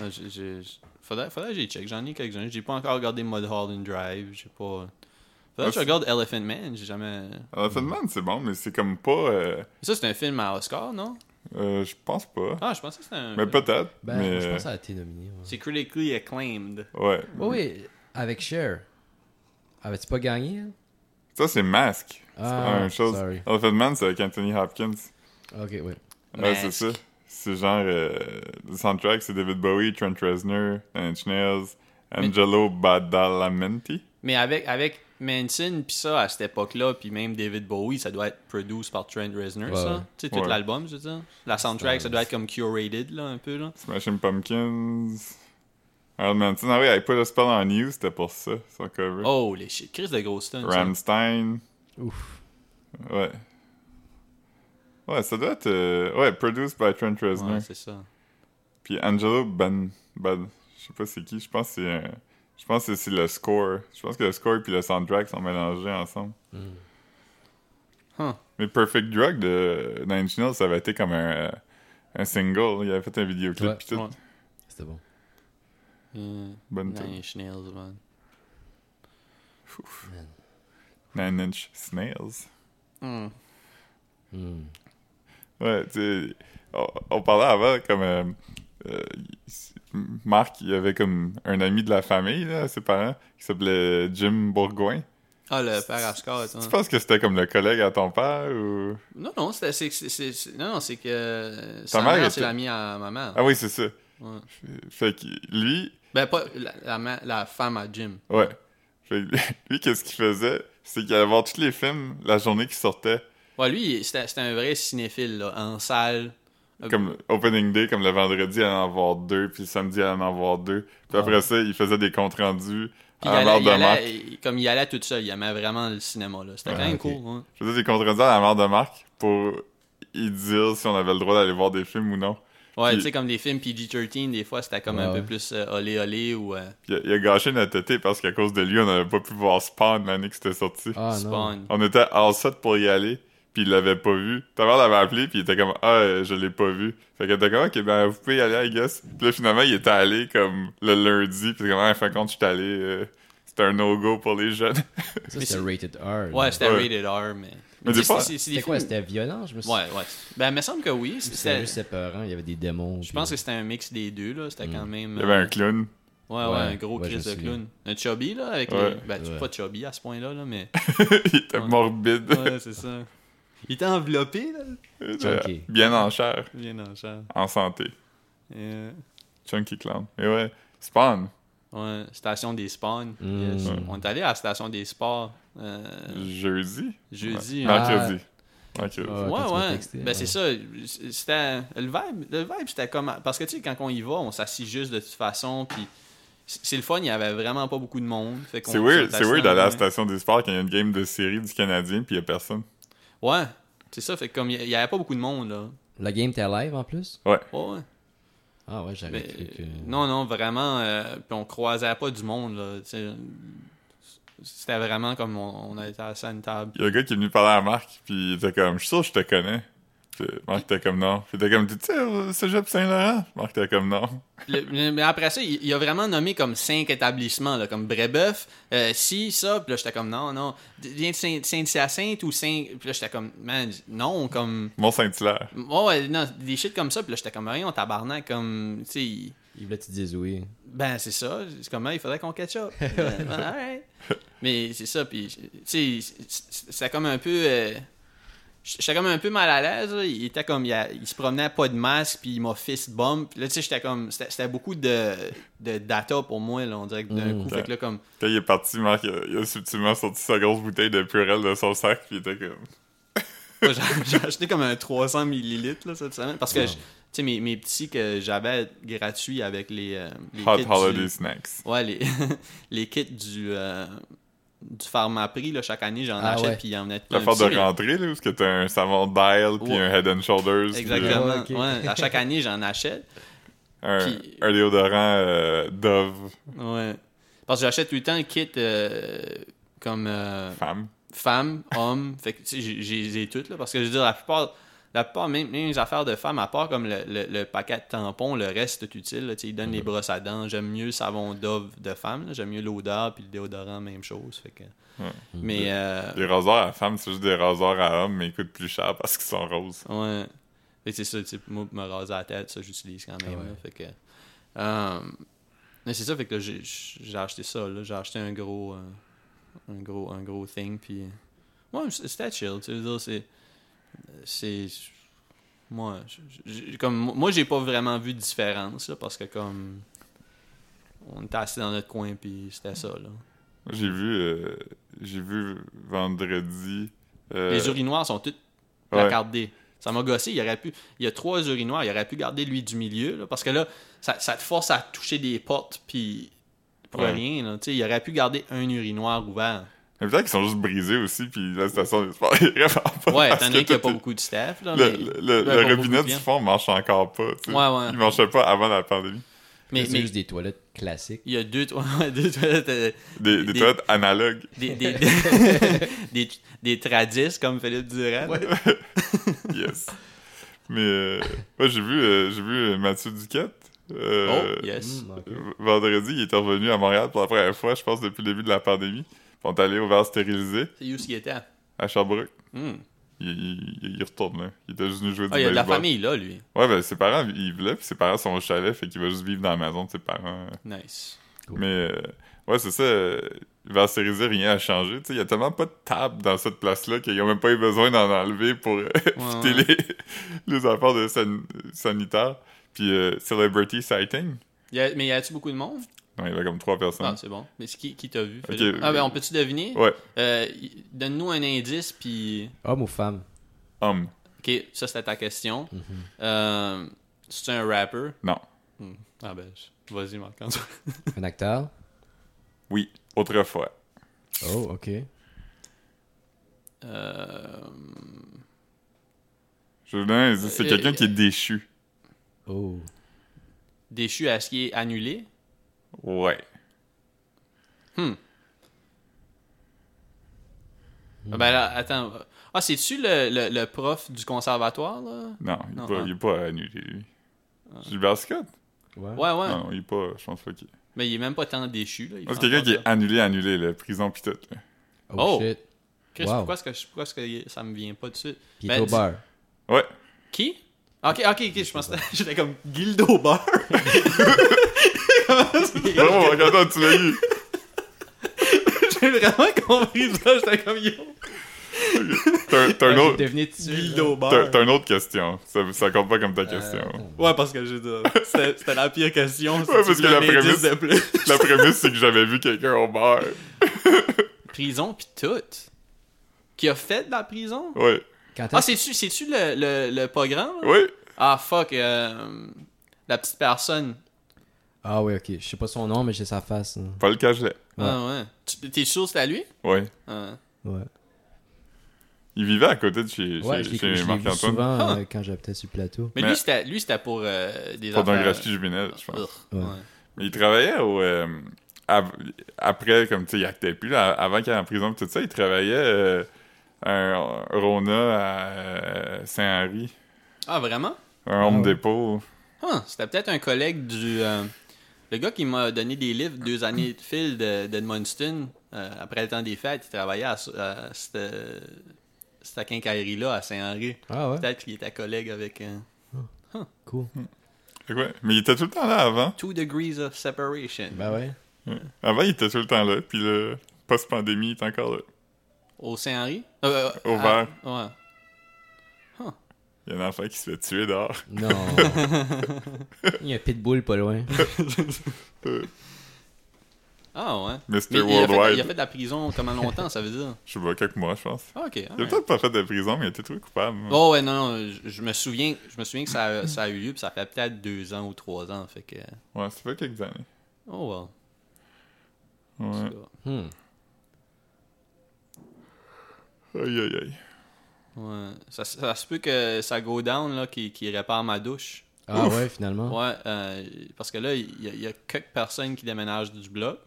S2: Non, j'ai- j'ai- j'ai- Faudrait, faudrait que j'y check. J'en ai quelques-uns. J'ai pas encore regardé Mulholland Drive. J'ai pas. Faudrait que je
S1: Ah, c'est-
S2: regarde Elephant Man. J'ai jamais.
S1: Alors,
S3: Hmm.
S1: Elephant Man, c'est bon, mais c'est comme pas. euh,
S2: Ça, c'est un film à Oscar, non
S1: euh, je pense pas.
S2: Ah, je pensais que c'était un.
S1: mais peut-être.
S3: Ben,
S1: mais.
S3: je pense que ça a été nominé. ouais.
S2: C'est critically acclaimed.
S1: euh, ouais.
S3: Oh oui, avec Cher. Avais-tu pas gagné? hein?
S1: Ça, c'est Mask.
S3: Ah,
S1: c'est une chose.
S3: sorry.
S1: Elephant Man, c'est avec Anthony Hopkins.
S3: Ok, oui.
S1: Ouais,
S2: Mask.
S1: c'est ça. C'est genre. euh, le soundtrack, c'est David Bowie, Trent Reznor, Nine Inch Nails, Angelo Badalamenti.
S2: Mais avec, avec Manson, puis ça, à cette époque-là, puis même David Bowie, ça doit être produit par Trent Reznor,
S3: Ouais, ouais.
S2: ça. Tu sais, tout
S1: Ouais.
S2: l'album, je veux dire. La soundtrack, ça doit être comme curated, là, un peu, là.
S1: Smashing Pumpkins. Iron Manson. Ah oui, I put a spell on you, c'était pour ça, son cover.
S2: Oh, les shit. Chris de Groston.
S1: Ramstein.
S3: Ouf.
S1: Ouais. Ouais, ça doit être. euh, Ouais, produced by Trent Reznor.
S2: Ouais, c'est ça.
S1: Puis Angelo Ben. Ben. Je sais pas c'est qui, je pense que c'est. un- Je pense que c'est le score. Je pense que le score et le soundtrack sont mélangés ensemble.
S2: Huh.
S1: Mais Perfect Drug de Nine Inch Nails, ça avait été comme un, euh, un single. Il avait fait un vidéoclip
S3: Ouais.
S1: pis tout.
S2: Ouais.
S3: C'était bon.
S2: Euh,
S1: Bonne
S2: Nine
S1: tune.
S2: Inch Nails, man.
S1: Nine Inch Snails.
S2: Hmm.
S3: Hmm.
S1: Ouais, tu sais, on, on parlait avant comme euh, euh, Marc, il avait comme un ami de la famille, là, ses parents, qui s'appelait Jim Bourgoin.
S2: Ah, le père Ascot, hein.
S1: Tu penses que c'était comme le collègue à ton père ou.
S2: Non, non, c'est, c'est, c'est, c'est- c'est- non, non, c'est que. euh, Sa
S1: mère
S2: mère,
S1: était-
S2: c'est l'ami à ma mère.
S1: Ah oui, c'est ça.
S2: Ouais.
S1: Fait que lui,
S2: Ben, pas la, la, ma- la femme à Jim.
S1: ouais. Fait que <laughs> lui, qu'est-ce qu'il faisait? C'est qu'il allait voir tous les films la journée qui sortait,
S2: Ouais, lui, c'était, c'était un vrai cinéphile, là, en salle. Euh,
S1: comme opening day, comme le vendredi, il allait en voir deux, puis le samedi, il allait en voir deux. Puis après ça, il faisait des comptes rendus
S2: Puis
S1: à la
S2: il allait,
S1: mort
S2: il
S1: de Marc.
S2: allait- il- comme il allait tout seul, il aimait vraiment le cinéma. là. C'était
S1: Ah,
S3: Ouais,
S2: quand même
S3: ok.
S2: cool. hein. ouais.
S1: Je faisais des contredits à la mère de Marc pour y dire si on avait le droit d'aller voir des films ou non.
S2: Ouais,
S1: Puis-
S2: tu sais, comme les films PG-13, des fois, c'était comme un
S3: Ouais.
S2: peu plus euh, olé olé ou euh,
S1: Puis il a- il a gâché notre été parce qu'à cause de lui, on n'avait pas pu voir Spawn l'année que c'était sorti.
S3: Ah non.
S2: Spawn.
S1: On était en set pour y aller, puis il l'avait pas vu. Ta mère l'avait appelé, puis il était comme « Ah, euh, je l'ai pas vu. » Fait qu'elle était comme « Ok, ben vous pouvez y aller, I guess. » Puis là, finalement, il était allé comme le lundi, puis il était comme « Ah, fin de compte, je suis allé... euh, C'était un no-go pour les jeunes. <laughs>
S3: Ça,
S2: Mais
S3: c'était
S2: c'est-
S3: rated R.
S2: Ouais,
S3: là.
S2: c'était
S1: Ouais.
S2: rated R, mais.
S1: Mais
S2: tu
S1: des
S2: sais,
S1: fois-
S2: c'est- c'est des
S3: C'était quoi
S2: films-
S3: C'était violent, je me suis
S2: Ouais, ouais. Ben, il me semble que oui.
S3: C'était
S2: C'était.
S3: juste Hmm. séparant, il y avait des démons.
S2: Je pense que c'était un mix des deux, là. C'était quand même.
S1: Il y avait un
S2: euh,
S1: clown. <laughs>
S2: Ouais, ouais,
S3: Ouais,
S2: un gros
S3: ouais,
S2: Chris
S3: je me
S2: de
S3: souviens.
S2: clown. Un chubby, là, avec
S1: Ouais.
S2: les. Ben, tu
S3: Ouais.
S2: pas chubby à ce point-là, là,
S1: <laughs>
S2: mais.
S1: il était
S2: Ouais.
S1: morbide. <laughs>
S2: Ouais, c'est ça. Il était enveloppé, là.
S3: Chunky.
S1: Bien en chair,
S2: Bien dans le char.
S1: en santé.
S2: Euh,
S1: Chunky Clown. Et ouais, Spawn.
S2: Ouais, Station des Spawns.
S3: Mm.
S2: yes.
S3: Ouais.
S2: On est allé à la Station des Sports euh,
S1: Jeudi?
S2: jeudi.
S1: Ouais.
S2: hein.
S1: Mercredi. Ok.
S3: Ah,
S2: Ouais,
S3: quand tu m'as
S2: ouais.
S3: texté,
S2: ben, c'est ça. C'était. Le vibe, le vibe c'était comme. Parce que, tu sais, quand on y va, on s'assit juste de toute façon. Puis, c'est c'est le fun, il y avait vraiment pas beaucoup de monde. Fait qu'on-
S1: C'est weird,
S2: ça
S1: c'est weird
S2: s'assit
S1: d'aller à la
S2: dans-
S1: station du sport quand il y a une game de série du Canadien puis il y a personne.
S2: Ouais. C'est ça, fait que comme il y- il y avait pas beaucoup de monde, là.
S3: La game, t'es live en plus
S2: Ouais, ouais.
S3: Ah ouais, j'avais
S2: Mais, euh,
S3: cru que.
S2: Non, non, vraiment. euh, puis on croisait pas du monde, là. tu sais. C'était vraiment comme on, on était assis à une table.
S1: Il y a un gars qui est venu parler à Marc puis il était comme, je suis sûr que je te connais. Puis Marc était comme non. Puis il était comme, tu sais, au cégep Saint-Laurent. Marc était comme non.
S2: Le- le- mais après ça, il, il a vraiment nommé comme cinq établissements, là, comme Brébeuf, euh, si, ça. Puis là, j'étais comme, non, non. D- Viens de Saint- Saint-Hyacinthe ou Saint. Puis là, j'étais comme, man, non, comme.
S1: Mont-Saint-Hilaire.
S2: Ouais, ouais, non, des shit comme ça. Puis là, j'étais comme, rien, tabarnak, comme. Tu sais, il-
S3: Il voulait que tu dises oui.
S2: ben, c'est ça. C'est comme, Ah, il faudrait qu'on
S1: <laughs>
S2: catch up. Ben, ben, all right. Mais c'est ça. Puis, tu sais, c'était comme un peu. euh, J'étais comme un peu mal à l'aise. là. Il était comme. Il, a- il se promenait pas de masque, puis il m'a fist bump. Puis là, tu sais, j'étais comme. C'était c'était beaucoup de, de data pour moi, là, on dirait que d'un
S3: Mm.
S2: coup. Fait que là, comme.
S1: Quand il est parti, Marc, il a, il a subtilement sorti sa grosse bouteille de purelle de son sac puis il était comme,
S2: Moi, j'ai- <laughs> J'ai acheté comme un 300 millilitres là, cette semaine. Parce que,
S3: Wow.
S2: je- tu sais, mes, mes petits que j'avais gratuits avec les. euh, les
S1: hot
S2: kits du-
S1: holiday snacks.
S2: Ouais, les, <laughs> les kits du, euh, du Pharmaprix, là, chaque année, j'en
S3: Ah ouais.
S2: achète puis il y en a plein.
S1: L'affaire
S2: Tu sais,
S1: de rentrée, là, où est-ce que t'as un savon dial puis
S2: Ouais.
S1: un head and shoulders. puis,
S2: Exactement.
S3: Ouais, Ah, ok.
S2: ouais, à
S3: <laughs>
S2: chaque année, j'en achète.
S1: euh, un,
S2: Puis-
S1: un déodorant euh, Dove
S2: Ouais. Parce que j'achète tout le temps le kit euh, comme euh,
S1: femme.
S2: femme, homme. Fait que, tu sais, j'ai- j'ai j'ai toutes, là. Parce que je veux dire, la plupart, la plupart même, même les affaires de femmes, à part comme le, le- le paquet de tampons, le reste est utile. là. Tu sais, ils donnent les brosses à dents. J'aime mieux le savon Dove de femme. là. J'aime mieux l'odeur puis le déodorant, même chose. Fait que...
S1: Ouais.
S3: Mm.
S2: Mais. euh,
S1: Les rasoirs à femmes, c'est juste des rasoirs à hommes, mais ils coûtent plus cher parce qu'ils sont roses.
S2: Ouais. Fait que c'est ça, tu sais, moi, pour me raser la tête, ça, j'utilise quand même.
S3: Ah ouais.
S2: là. fait que. euh, mais c'est ça, fait que là, j'ai- j'ai acheté ça, là. J'ai acheté un gros. euh, un gros, un gros thing, puis. euh, Ouais, c- c'était chill, tu sais, je veux dire, c'est. C'est. Moi, j- j- comme, moi, j'ai pas vraiment vu de différence, là, parce que, comme. On était assis dans notre coin, puis c'était ça, là.
S1: Moi, J'ai vu, euh, j'ai vu vendredi. euh,
S2: Les urinoirs sont toutes
S1: ouais.
S2: placardées. Ça m'a gossé. Il aurait pu. Il y a trois urinoirs. Il aurait pu garder lui du milieu. là, parce que là, ça, ça te force à toucher des portes. Puis. Pour
S1: Ouais.
S2: rien. Là, Tu sais, il aurait pu garder un urinoir ouvert.
S1: Mais peut-être qu'ils sont juste brisés aussi, puis la station des sports est vraiment pas. <laughs>
S2: Ouais,
S1: parce
S2: étant
S1: que
S2: donné qu'il n'y a
S1: tout
S2: pas
S1: est-
S2: beaucoup de staff. Là,
S1: Le,
S2: mais-
S1: le- le-
S2: Ouais,
S1: le
S2: pas beaucoup
S1: robinet
S2: de
S1: du
S2: gens.
S1: fond marche encore pas. tu sais.
S2: Ouais, ouais.
S1: Il marchait pas avant la pandémie.
S2: mais,
S3: c'est
S2: mais
S3: juste des toilettes classiques.
S2: il y a deux, to- <laughs> ouais, deux toilettes. euh,
S1: Des, des
S2: Des-
S1: toilettes analogues.
S2: des, des,
S1: <laughs>
S2: des, des tradis, comme Philippe Durand.
S1: <laughs> Yes. Mais euh, moi, j'ai vu, euh, j'ai vu euh, Mathieu Duquette. euh,
S2: Oh, yes.
S3: Hmm, ok.
S1: V- Vendredi, il était revenu à Montréal pour la première fois, je pense, depuis le début de la pandémie. Puis on est allé au verre stérilisé
S2: C'est où ce qu'il était.
S1: à Sherbrooke.
S2: Hmm.
S1: Il, il- il- il retourne, là. Il était juste venu jouer du
S2: Ah, il y a de la
S1: baseball.
S2: famille là, lui.
S1: Ouais, ben ses parents, ils voulaient, puis ses parents sont au chalet, fait qu'il va juste vivre dans la maison de ses parents.
S2: Nice.
S3: Cool.
S1: Mais euh, ouais, c'est ça. euh, Le verre stérilisé, rien a changé. Tu sais, il y a tellement pas de table dans cette place-là qu'ils ont même pas eu besoin d'en enlever pour euh, <laughs> fitter
S2: ouais.
S1: les, les affaires de san- sanitaire. Puis euh, Celebrity Sighting.
S2: Y a- mais y a-tu beaucoup de monde?
S1: Non, il y avait comme trois personnes.
S2: Ah, c'est bon. Mais c'est qui, qui t'a vu? Philippe?
S1: Ok.
S2: Ah, ben, on peut-tu deviner?
S1: Ouais.
S2: Euh, y- Donne-nous un indice, puis.
S3: Homme ou femme
S1: Homme.
S2: Ok, ça c'était ta question.
S1: Mhm.
S2: Euh, C'est un rapper?
S1: Non.
S2: Hmm. Ah, ben, je- vas-y, Marc-Antoine.
S3: Un acteur
S1: Oui. Autrefois.
S3: Oh, ok.
S2: Euh,
S1: Je vous donne un indice, c'est
S2: Euh,
S1: quelqu'un
S2: euh,
S1: qui est déchu.
S3: Oh.
S2: Déchu à ce qui est annulé?
S1: Ouais. Mhm.
S2: Ah, Ben, là, attends. Ah, c'est-tu le, le- le prof du conservatoire, là?
S1: Non, il
S2: Non,
S1: est pas-
S2: hein.
S1: il est pas annulé, lui. Gilbert Scott?
S3: Ouais.
S2: Ouais, ouais.
S1: Non, il est pas, je pense pas qu'il
S2: Mais il est même pas tant déchu, là. Il
S1: Moi, C'est
S2: fait
S1: quelqu'un
S2: encore
S1: qui
S2: ça.
S1: est annulé, annulé, là, prison pis tout. là.
S3: Oh,
S2: Oh.
S3: shit.
S2: Chris,
S3: Wow.
S2: pourquoi est-ce que, je- pourquoi est-ce que ça me vient pas dessus?
S3: Puis
S2: Ben,
S3: au
S2: dis-
S3: bar.
S1: Ouais,
S2: Qui? Ok, ok, ok, je pensais. <laughs> J'étais comme Guildo Bar.
S1: vraiment,
S2: <laughs>
S3: <laughs>
S1: attends, Oh, tu l'as eu.
S2: J'ai vraiment compris ça, j'étais comme yo.
S1: T'as t'as un
S3: Ah, j'ai
S1: autre.
S3: deviné dessus, là.
S1: T'as t'as une autre question. Ça, ça compte pas comme ta
S3: Euh,
S1: question. <laughs>
S3: attends.
S2: Ouais, parce que j'ai C'était c'était la pire question. si
S1: Ouais,
S2: tu
S1: parce que
S2: voulais
S1: la
S2: un indice
S1: prémisse-
S2: de plus. <laughs>
S1: La prémisse, c'est que j'avais vu quelqu'un au bar.
S2: Prison pis tout. Qui a fait de la prison?
S1: Ouais.
S3: Quand
S2: Ah,
S3: est-ce-
S2: c'est-tu, c'est-tu le, le, le pas grand? là?
S1: Oui,
S2: Ah, fuck. euh, la petite personne.
S3: Ah oui, ok. Je sais pas son nom, mais j'ai sa face. hein.
S1: Paul Cagelet.
S3: Ouais.
S2: Ah, ouais. Tu- T'es sûr que c'est à lui?
S1: Oui.
S2: Ah.
S3: Ouais,
S1: Il vivait à côté de chez,
S3: ouais je
S1: chez,
S3: l'ai
S1: chez
S3: je l'ai vu
S1: Marc-Antoine.
S3: souvent
S2: Ah.
S3: euh, quand j'habitais sur le plateau.
S2: Mais,
S1: Mais-
S2: lui, c'était, lui, c'était pour euh, des euh,
S1: Pornographie juvénile, je pense.
S2: Ugh,
S3: Ouais.
S2: ouais.
S1: Mais il travaillait au. euh, av- après, comme tu sais, il actait plus, là, avant qu'il aille en prison, pis tout ça, il travaillait euh, un Rona à euh, Saint-Henri,
S2: Ah, vraiment?
S1: un Home
S3: Ah ouais.
S1: Depot.
S2: Ah, c'était peut-être un collègue du. euh, le gars qui m'a donné des livres deux années de fil de- d'Edmundston, euh, après le temps des fêtes, il travaillait à, ce- à cette, cette quincaillerie-là à Saint-Henri.
S3: Ah ouais,
S2: Peut-être qu'il était collègue avec euh,
S3: cool.
S2: Hmm.
S1: Fait que ouais, Mais il était tout le temps là avant.
S2: Two Degrees of Separation.
S3: Bah ouais.
S1: Avant, il était tout le temps là, puis le post-pandémie, il est encore là.
S2: Au Saint-Henri Euh, euh,
S1: Au
S2: à- Ouais.
S1: Il y a un enfant qui se fait tuer dehors. <laughs>
S3: Non.
S2: <laughs>
S3: Il y a un pitbull pas loin.
S2: Ah, ouais. Mais
S1: Mr.
S2: il, a fait, il a
S1: Worldwide.
S2: fait de la prison comment longtemps, ça veut dire
S1: Je sais pas, quelques mois, je pense.
S2: Ah, ok.
S1: Il a
S2: alright.
S1: peut-être pas fait de prison, mais il était trop coupable. moi.
S2: Oh, ouais, non, non, je, je me souviens, je me souviens que ça, a- ça a eu lieu, puis ça fait peut-être deux ans ou trois ans, fait que.
S1: Ouais, ça fait quelques années.
S2: Oh, well.
S1: Ouais.
S3: Hmm.
S1: Aïe, aïe, aïe. <laughs>
S2: Ouais. Ça, ça se peut que ça go down, là, qui, qui répare ma douche.
S3: Ah
S1: Ouf.
S3: ouais, finalement.
S2: Ouais, euh, parce que là, il y, a- il y a quelques personnes qui déménagent du bloc.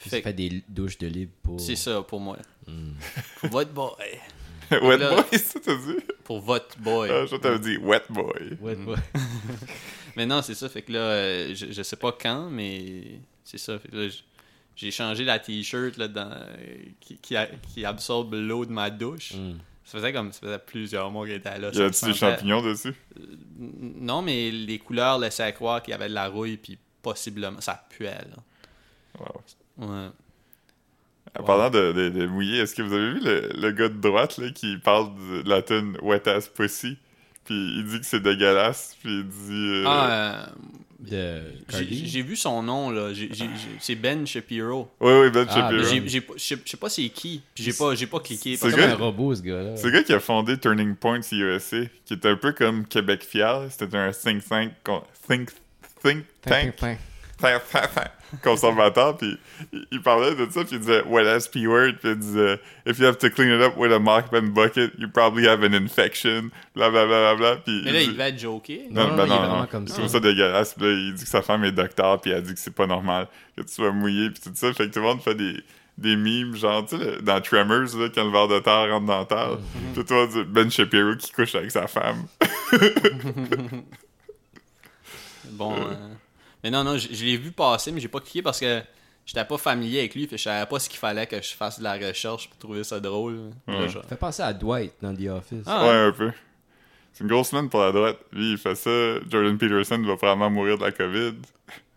S3: Il
S2: Fait
S3: fait
S2: que
S3: des douches de libre pour.
S2: c'est ça pour moi.
S3: Oh. Hmm.
S2: Pour votre boy.
S1: Wet
S2: là-
S1: boy, ça t'as dit?
S2: Pour votre boy.
S1: Ah, je t'avais dit wet boy.
S3: Ouais,
S2: Hmm.
S3: ouais.
S2: Mais non, c'est ça. Fait que là, euh, je, je sais pas quand, mais c'est ça. Fait que là, j- j'ai changé la t-shirt là, dans- euh, qui, qui, a- qui absorbe l'eau de ma douche.
S3: Hmm.
S2: Ça faisait comme ça faisait plusieurs mois qu'elle était là.
S1: Y
S2: ça
S1: a-tu des
S2: sentait-
S1: champignons dessus?
S2: N- Non, mais les couleurs laissaient à croire qu'il y avait de la rouille, puis possiblement, ça puait, là.
S1: Wow.
S2: Ouais.
S1: En parlant de, de, de mouiller, est-ce que vous avez vu le, le gars de droite là, qui parle de de la tune Wet Ass Pussy? Puis il dit que c'est dégueulasse, puis il dit. euh,
S2: Ah, euh,
S3: De
S2: j'ai
S3: Cardi.
S2: j'ai vu son nom, là. J'ai- j'ai- j'ai- C'est Ben Shapiro.
S1: Oui, oui, Ben
S3: Ah,
S1: Shapiro.
S2: Mais
S3: ben,
S2: j'ai- j'ai pas- Je sais je sais pas c'est qui, puis j'ai pas, j'ai pas cliqué.
S1: C'est
S3: C'est
S2: parce
S3: comme
S1: gars-
S3: un robot, ce gars-là.
S1: C'est le gars qui a fondé Turning Point USA, qui est un peu comme Québec Fier. C'était un think tank, con- think, think
S3: Pin,
S1: tank
S3: pin, pin.
S1: fin, fin, fin, conservateur, <laughs> puis il, il parlait de ça, puis il disait Well, as P-word, puis il disait If you have to clean it up with a mop and bucket, you probably have an infection, bla bla bla bla bla. Puis
S2: Mais là,
S1: dit-
S2: il va être joké.
S3: Non, non,
S1: ben
S3: il est vraiment comme
S1: je
S3: ça.
S1: trouve ça dégueulasse. Puis là, il dit que sa femme est docteur, puis elle dit que c'est pas normal que tu sois mouillé, puis tout ça. Fait que tout le monde fait des, des mimes, genre, tu sais, le- dans Tremors, là, quand le verre de terre rentre dans la terre.
S3: Mhm.
S1: Puis toi, tu- Ben Shapiro qui couche avec sa femme.
S2: Bon. euh, Mais non, non, je je l'ai vu passer, mais j'ai pas cliqué parce que j'étais pas familier avec lui, puis je savais pas ce qu'il fallait que je fasse de la recherche pour trouver ça drôle. Là,
S1: Ouais.
S2: je-
S3: Fait penser à Dwight dans The Office.
S2: Ah,
S1: ouais, un peu. C'est une grosse semaine pour la droite. Lui, il fait ça. Jordan Peterson va probablement mourir de la COVID.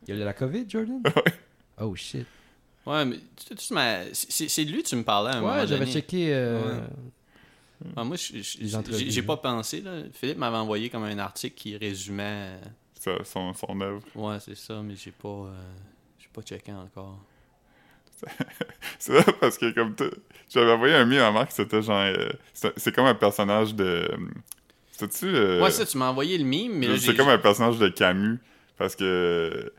S3: Il y a eu de la COVID,
S2: <laughs>
S3: Jordan? Oh shit.
S2: Ouais, mais tu- tu- tu m'as- c'est c'est de lui que tu me parlais à un moment
S3: Ouais, j'avais
S2: donné.
S3: checké. euh,
S2: Ouais. Ah, moi, je- je-
S3: Les
S2: j'ai
S3: entrevues,
S2: j'ai
S3: là.
S2: pas pensé. Là. Philippe m'avait envoyé comme un article qui résumait. euh,
S1: Ça, son, son œuvre. <laughs>
S2: Ouais, c'est ça, mais j'ai pas. euh, J'ai pas checké encore.
S1: C'est vrai parce que, comme tout. J'avais envoyé un mime à Marc, c'était genre. euh, c'est c'est comme un personnage de. euh, C'était-tu. euh,
S2: Ouais, ça, tu m'as envoyé le mime, mais là, j'ai-
S1: C'est comme un personnage de Camus, parce que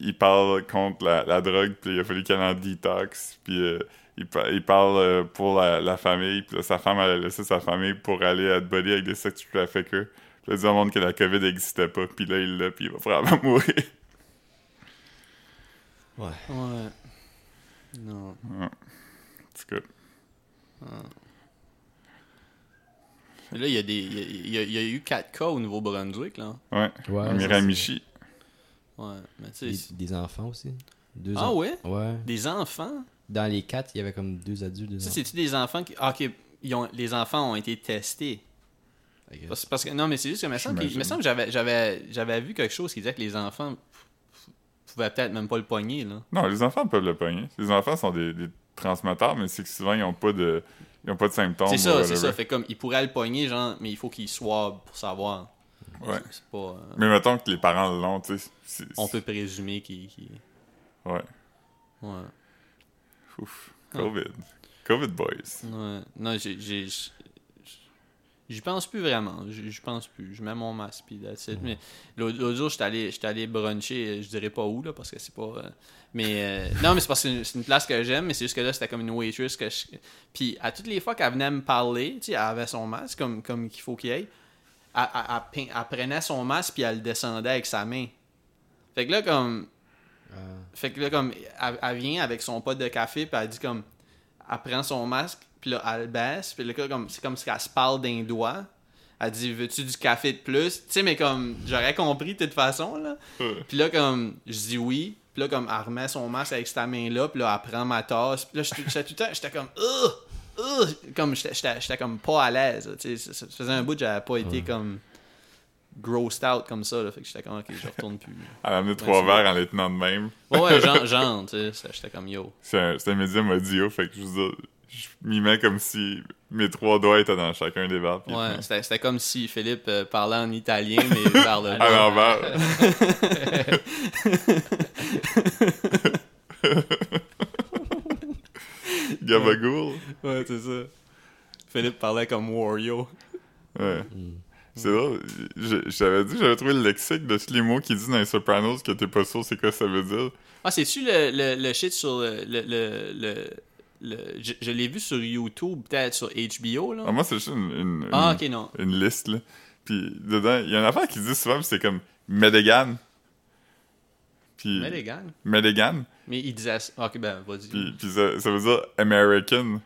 S1: il parle contre la, la drogue, puis il a fallu qu'elle en détox, puis euh, il, pa- il parle euh, pour la, la famille, puis là, sa femme, elle a laissé sa famille pour aller à Body avec des sex traffickers. Puis il a dit au monde que la COVID n'existait pas, puis là, il l'a, puis il va probablement <laughs> mourir.
S2: Ouais. Non.
S1: En tout cas,
S2: Mais là, il y, a des- il y a- il y a- il y a eu 4 cas au Nouveau-Brunswick, là.
S1: ouais.
S3: Ouais,
S1: Miramichi.
S2: Ouais, mais tu
S3: Des,
S2: sais.
S3: des enfants aussi. Deux
S2: Ah
S3: enfants.
S2: ouais?
S3: Ouais.
S2: Des enfants?
S3: Dans les quatre, il y avait comme deux adultes. Deux
S2: Ça,
S3: enfants.
S2: c'est-tu des enfants qui. Ah, ok. Ils ont... Les enfants ont été testés.
S3: I guess.
S2: Parce, parce que, non, mais c'est juste que, me semble, qu'il- me semble que j'avais, j'avais, j'avais vu quelque chose qui disait que les enfants p- p- pouvaient peut-être même pas le pogner, là.
S1: Non, les enfants peuvent le pogner. Les enfants sont des, des transmetteurs, mais c'est que souvent, ils n'ont pas de... Ils ont pas de symptômes.
S2: c'est
S1: ou
S2: ça,
S1: whatever.
S2: c'est ça. Fait comme, ils pourraient le pogner, genre, mais il faut qu'ils soient pour savoir.
S1: Ouais.
S2: C'est pas. euh,
S1: Mais mettons que les parents l'ont, tu sais. c'est-
S2: on peut présumer qu'ils. qu'ils-
S1: Ouais.
S2: Ouais.
S1: Ouf. COVID. COVID boys.
S2: Ouais. Non, j'ai. j'ai- j'ai- J'y pense plus vraiment. J'y j'y pense plus. Je mets mon masque, puis that's it. Mais l'autre l'autre jour, j'étais allé, j'étais allé bruncher, euh, je dirais pas où, là, parce que c'est pas... euh, Mais euh, non, mais c'est parce que c'est une- c'est une place que j'aime, mais c'est juste que là, c'était comme une waitress que je... Puis à toutes les fois qu'elle venait me parler, tu sais, elle avait son masque, comme, comme qu'il faut qu'il aille, elle, elle- elle pin- elle prenait son masque, puis elle le descendait avec sa main. Fait que là, comme...
S3: Ah.
S2: Fait que là, comme, elle, elle vient avec son pot de café, puis elle dit comme, elle prend son masque, puis là, elle le baisse, puis là, comme, c'est comme si elle se parle d'un doigt. Elle dit, veux-tu du café de plus? Tu sais, mais comme, j'aurais compris de toute façon, là. Puis là, comme, je dis oui, puis là, comme, elle remet son masque avec cette main-là, puis là, elle prend ma tasse, puis là, j'étais j'étais tout le temps, j'étais comme, ugh! Ugh! Comme, j'étais- j'étais j'étais comme pas à l'aise, là, tu sais. Ça- Ça faisait un bout que j'avais pas été comme grossed out comme ça, là. Fait que j'étais comme, ok, je retourne plus.
S1: Elle a amené trois
S2: c'est
S1: verres en les tenant de même.
S2: Ouais, ouais, <laughs> genre, genre, tu sais, j'étais comme yo.
S1: <laughs> C'est un, c'est un médium audio, fait que je veux dire, je m'y mets comme si mes trois doigts étaient dans chacun des verres. puis ils
S2: Ouais,
S1: tenaient
S2: c'était c'était comme si Philippe euh, parlait en italien, mais
S1: <laughs>
S2: vers le
S1: À l'envers. <laughs> Gabagool.
S2: Ouais, c'est ça. Philippe parlait comme Wario.
S1: Ouais.
S3: Mm.
S1: C'est drôle. Je, je t'avais dit, j'avais trouvé le lexique de tous les mots qu'il dit dans les Sopranos que t'es pas sûr c'est quoi ça veut dire.
S2: Ah, c'est-tu le, le, le shit sur le. le, le, le- le- je je l'ai vu sur YouTube, peut-être sur HBO, là.
S1: Ah, moi, c'est juste une, une, une-
S2: Ah, ok, non.
S1: une liste, là. Puis dedans, il y a une affaire qui dit souvent, puis c'est comme Medegan. Puis
S2: Mais les gars.
S1: Medegan.
S2: Mais il disait. ça. Ok, ben, vas-y.
S1: Puis, puis ça, ça veut dire American.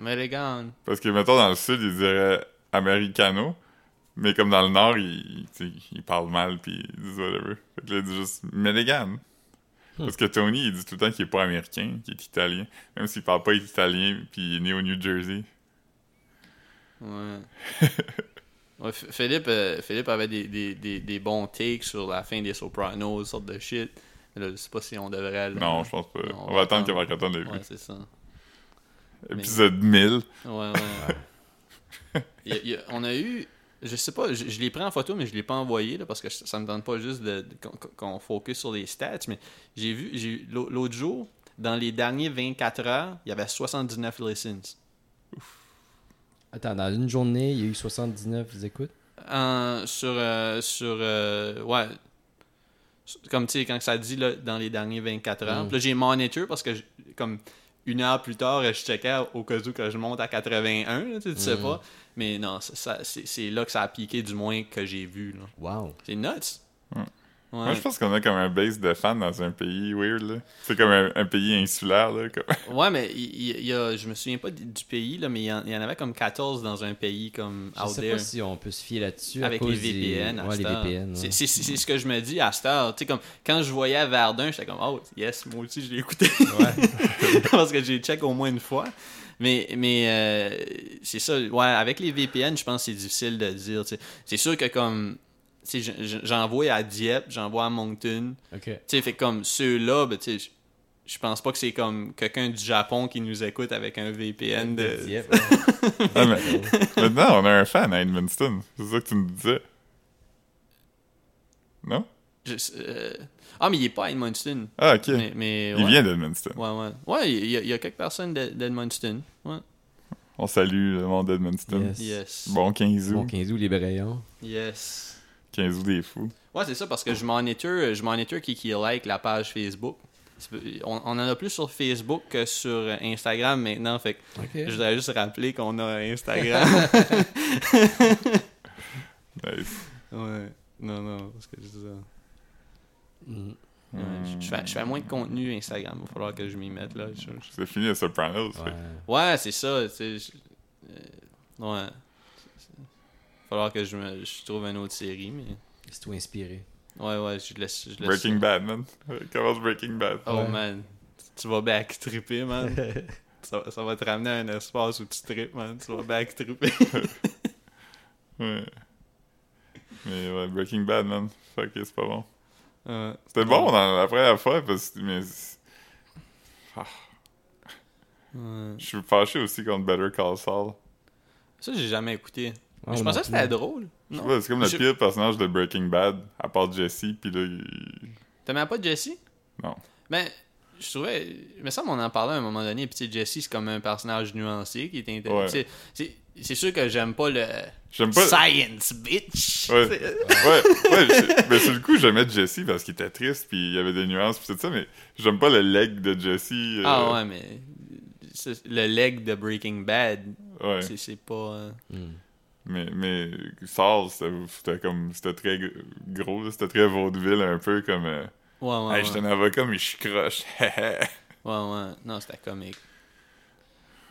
S2: Mais les gars.
S1: Parce que, mettons, dans le sud, ils diraient Americano. Mais comme dans le nord, ils, tu sais, ils parlent mal, puis ils disent whatever. Fait que là, ils disent juste Medegan.
S2: Hmm.
S1: Parce que Tony, il dit tout le temps qu'il est pas américain, qu'il est italien. Même s'il parle pas italien, puis il est né au New Jersey.
S2: Ouais.
S1: <laughs>
S2: Ouais, F- Philippe, euh, Philippe avait des, des, des, des bons takes sur la fin des Sopranos, sorte de shit. Mais Là, je sais pas si on devrait. là.
S1: Non, je pense pas.
S2: Hmm. Non,
S1: on va attendre que Marc-Antoine l'ait vu.
S2: Ouais, c'est ça.
S1: Épisode 1000.
S2: Ouais, ouais. Il y a- il y a- on a eu. Je sais pas, je, je l'ai pris en photo, mais je l'ai pas envoyé là, parce que ça, ça me donne pas juste de, de- qu'on- qu'on focus sur les stats. Mais j'ai vu, j'ai eu- l'au- l'autre jour, dans les derniers 24 heures, il y avait 79 listens.
S3: Attends, dans une journée, il y a eu 79 écoutes.
S2: En- sur. euh, sur euh, ouais. Sur- Comme tu sais, quand ça dit là, dans les derniers 24 heures.
S3: Mm.
S2: Puis là, j'ai monitor parce que, je- comme une heure plus tard, je checkais au cas où que je monte à 81, là, tu sais, tu sais
S3: Mm.
S2: pas. Mais non, ça- ça- c'est c'est là que ça a piqué, du moins que j'ai vu. là.
S3: Wow.
S2: C'est nuts!
S1: Mm.
S2: Ouais.
S1: Moi, je pense qu'on a comme un base de fans dans un pays weird, là. C'est comme un, un pays insulaire, là.
S3: <laughs>
S1: comme-
S2: Ouais, mais il il- il y, a, je me souviens pas du- du pays, là, mais il y, en, il y en avait comme 14 dans un pays comme
S3: Je
S2: out
S3: sais
S2: there.
S3: pas si on peut se fier là-dessus. à
S2: Avec les
S3: cause des-
S2: VPN, à
S3: Ouais,
S2: cette
S3: les
S2: heure.
S3: VPN.
S2: C'est-
S3: ouais.
S2: C'est c'est- c'est ce que je me dis à cette heure. Tu sais, comme, quand je voyais Verdun, j'étais comme, oh, yes, moi aussi, je l'ai écouté. <laughs> Parce que j'ai check au moins une fois. Mais, mais euh, c'est ça. Ouais, avec les VPN, je pense que c'est difficile de dire. tu sais. C'est sûr que comme. tu sais, j- j- J'envoie à Dieppe, j'envoie à Moncton.
S3: Ok.
S2: Tu sais, fait comme ceux-là, ben, tu sais, je- je pense pas que c'est comme quelqu'un du Japon qui nous écoute avec un VPN de.
S3: Dieppe, ouais.
S1: Ah, mais- Maintenant, on a un fan à Edmundston. C'est ça que tu me disais. Non?
S2: je- euh, Ah, mais il est pas à Edmundston.
S1: Ah, ok.
S2: Mais, mais,
S1: Il
S2: ouais.
S1: vient d'Edmundston.
S2: Ouais, ouais. Ouais, il y, a- il y a quelques personnes d'Ed- d'Edmundston. Ouais.
S1: On salue le monde d'Edmundston.
S3: Yes.
S2: Yes.
S1: Bon 15 août.
S3: Bon, 15 août, les Brayons.
S2: Yes.
S1: 15 août des fous.
S2: Ouais, c'est ça, parce que je monitor, je monitor qui, qui like la page Facebook. C'est peu- On, on en a plus sur Facebook que sur euh, Instagram maintenant, fait que
S3: Ok.
S2: je voudrais juste rappeler qu'on a Instagram.
S1: Nice.
S2: ouais. Non, non, parce que je dis ça.
S3: Mm.
S2: Ouais, je- je, fais, je fais moins de contenu Instagram, il va falloir que je m'y mette là. Je- je-
S1: C'est fini les Sopranos.
S3: Ouais.
S2: Ouais, c'est ça, tu sais. je- euh, ouais. Il va falloir que je, me, je trouve une autre série, mais.
S3: C'est tout inspiré.
S2: Ouais, ouais, je laisse. Je laisse
S1: Breaking Bad, man. Commence Breaking Bad.
S2: Oh
S3: Ouais.
S2: man, tu vas back tripper,
S3: <laughs>
S2: man. ça, ça va te ramener à un espace où tu tripes, man. Tu vas back tripper.
S1: Ouais. Mais ouais, Breaking Bad, man. Fuck, c'est pas bon.
S2: <laughs> Ouais.
S1: C'était bon dans la première fois, parce que. Mais c'est- Ah.
S2: Ouais.
S1: je suis fâché aussi contre Better Call Saul.
S2: Ça, j'ai jamais écouté. Mais
S3: Ah,
S2: je
S3: moi
S2: pensais
S3: non
S2: que c'était
S3: plus.
S2: drôle.
S1: Je sais
S2: Non.
S1: pas, c'est comme le
S2: Je-
S1: pire personnage de Breaking Bad, à part Jesse, puis là. il-
S2: T'aimais pas Jesse
S1: Non.
S2: Mais je trouvais. Mais ça, on en parlait à un moment donné. Puis, tu sais, Jesse, c'est comme un personnage nuancé qui est intéressant.
S1: Ouais.
S2: Tu sais, c'est- C'est sûr que j'aime pas le
S1: J'aime pas.
S2: science, bitch.
S1: Ouais,
S2: C'est-
S1: ouais, ouais, j'ai- mais sur le coup, j'aimais Jesse parce qu'il était triste, puis il y avait des nuances, puis tout ça, mais j'aime pas le leg de Jesse. euh,
S2: Ah ouais, mais c'est- le leg de Breaking Bad,
S1: ouais.
S2: c'est- c'est pas. euh,
S3: Hmm.
S1: Mais, mais Saul, c'était c'était comme. C'était très g- gros, là, c'était très vaudeville, un peu comme. euh,
S2: Ouais, ouais.
S1: hey,
S2: ouais.
S1: je suis un avocat, mais je suis croche. <laughs>
S2: Ouais, ouais. Non, c'était comique.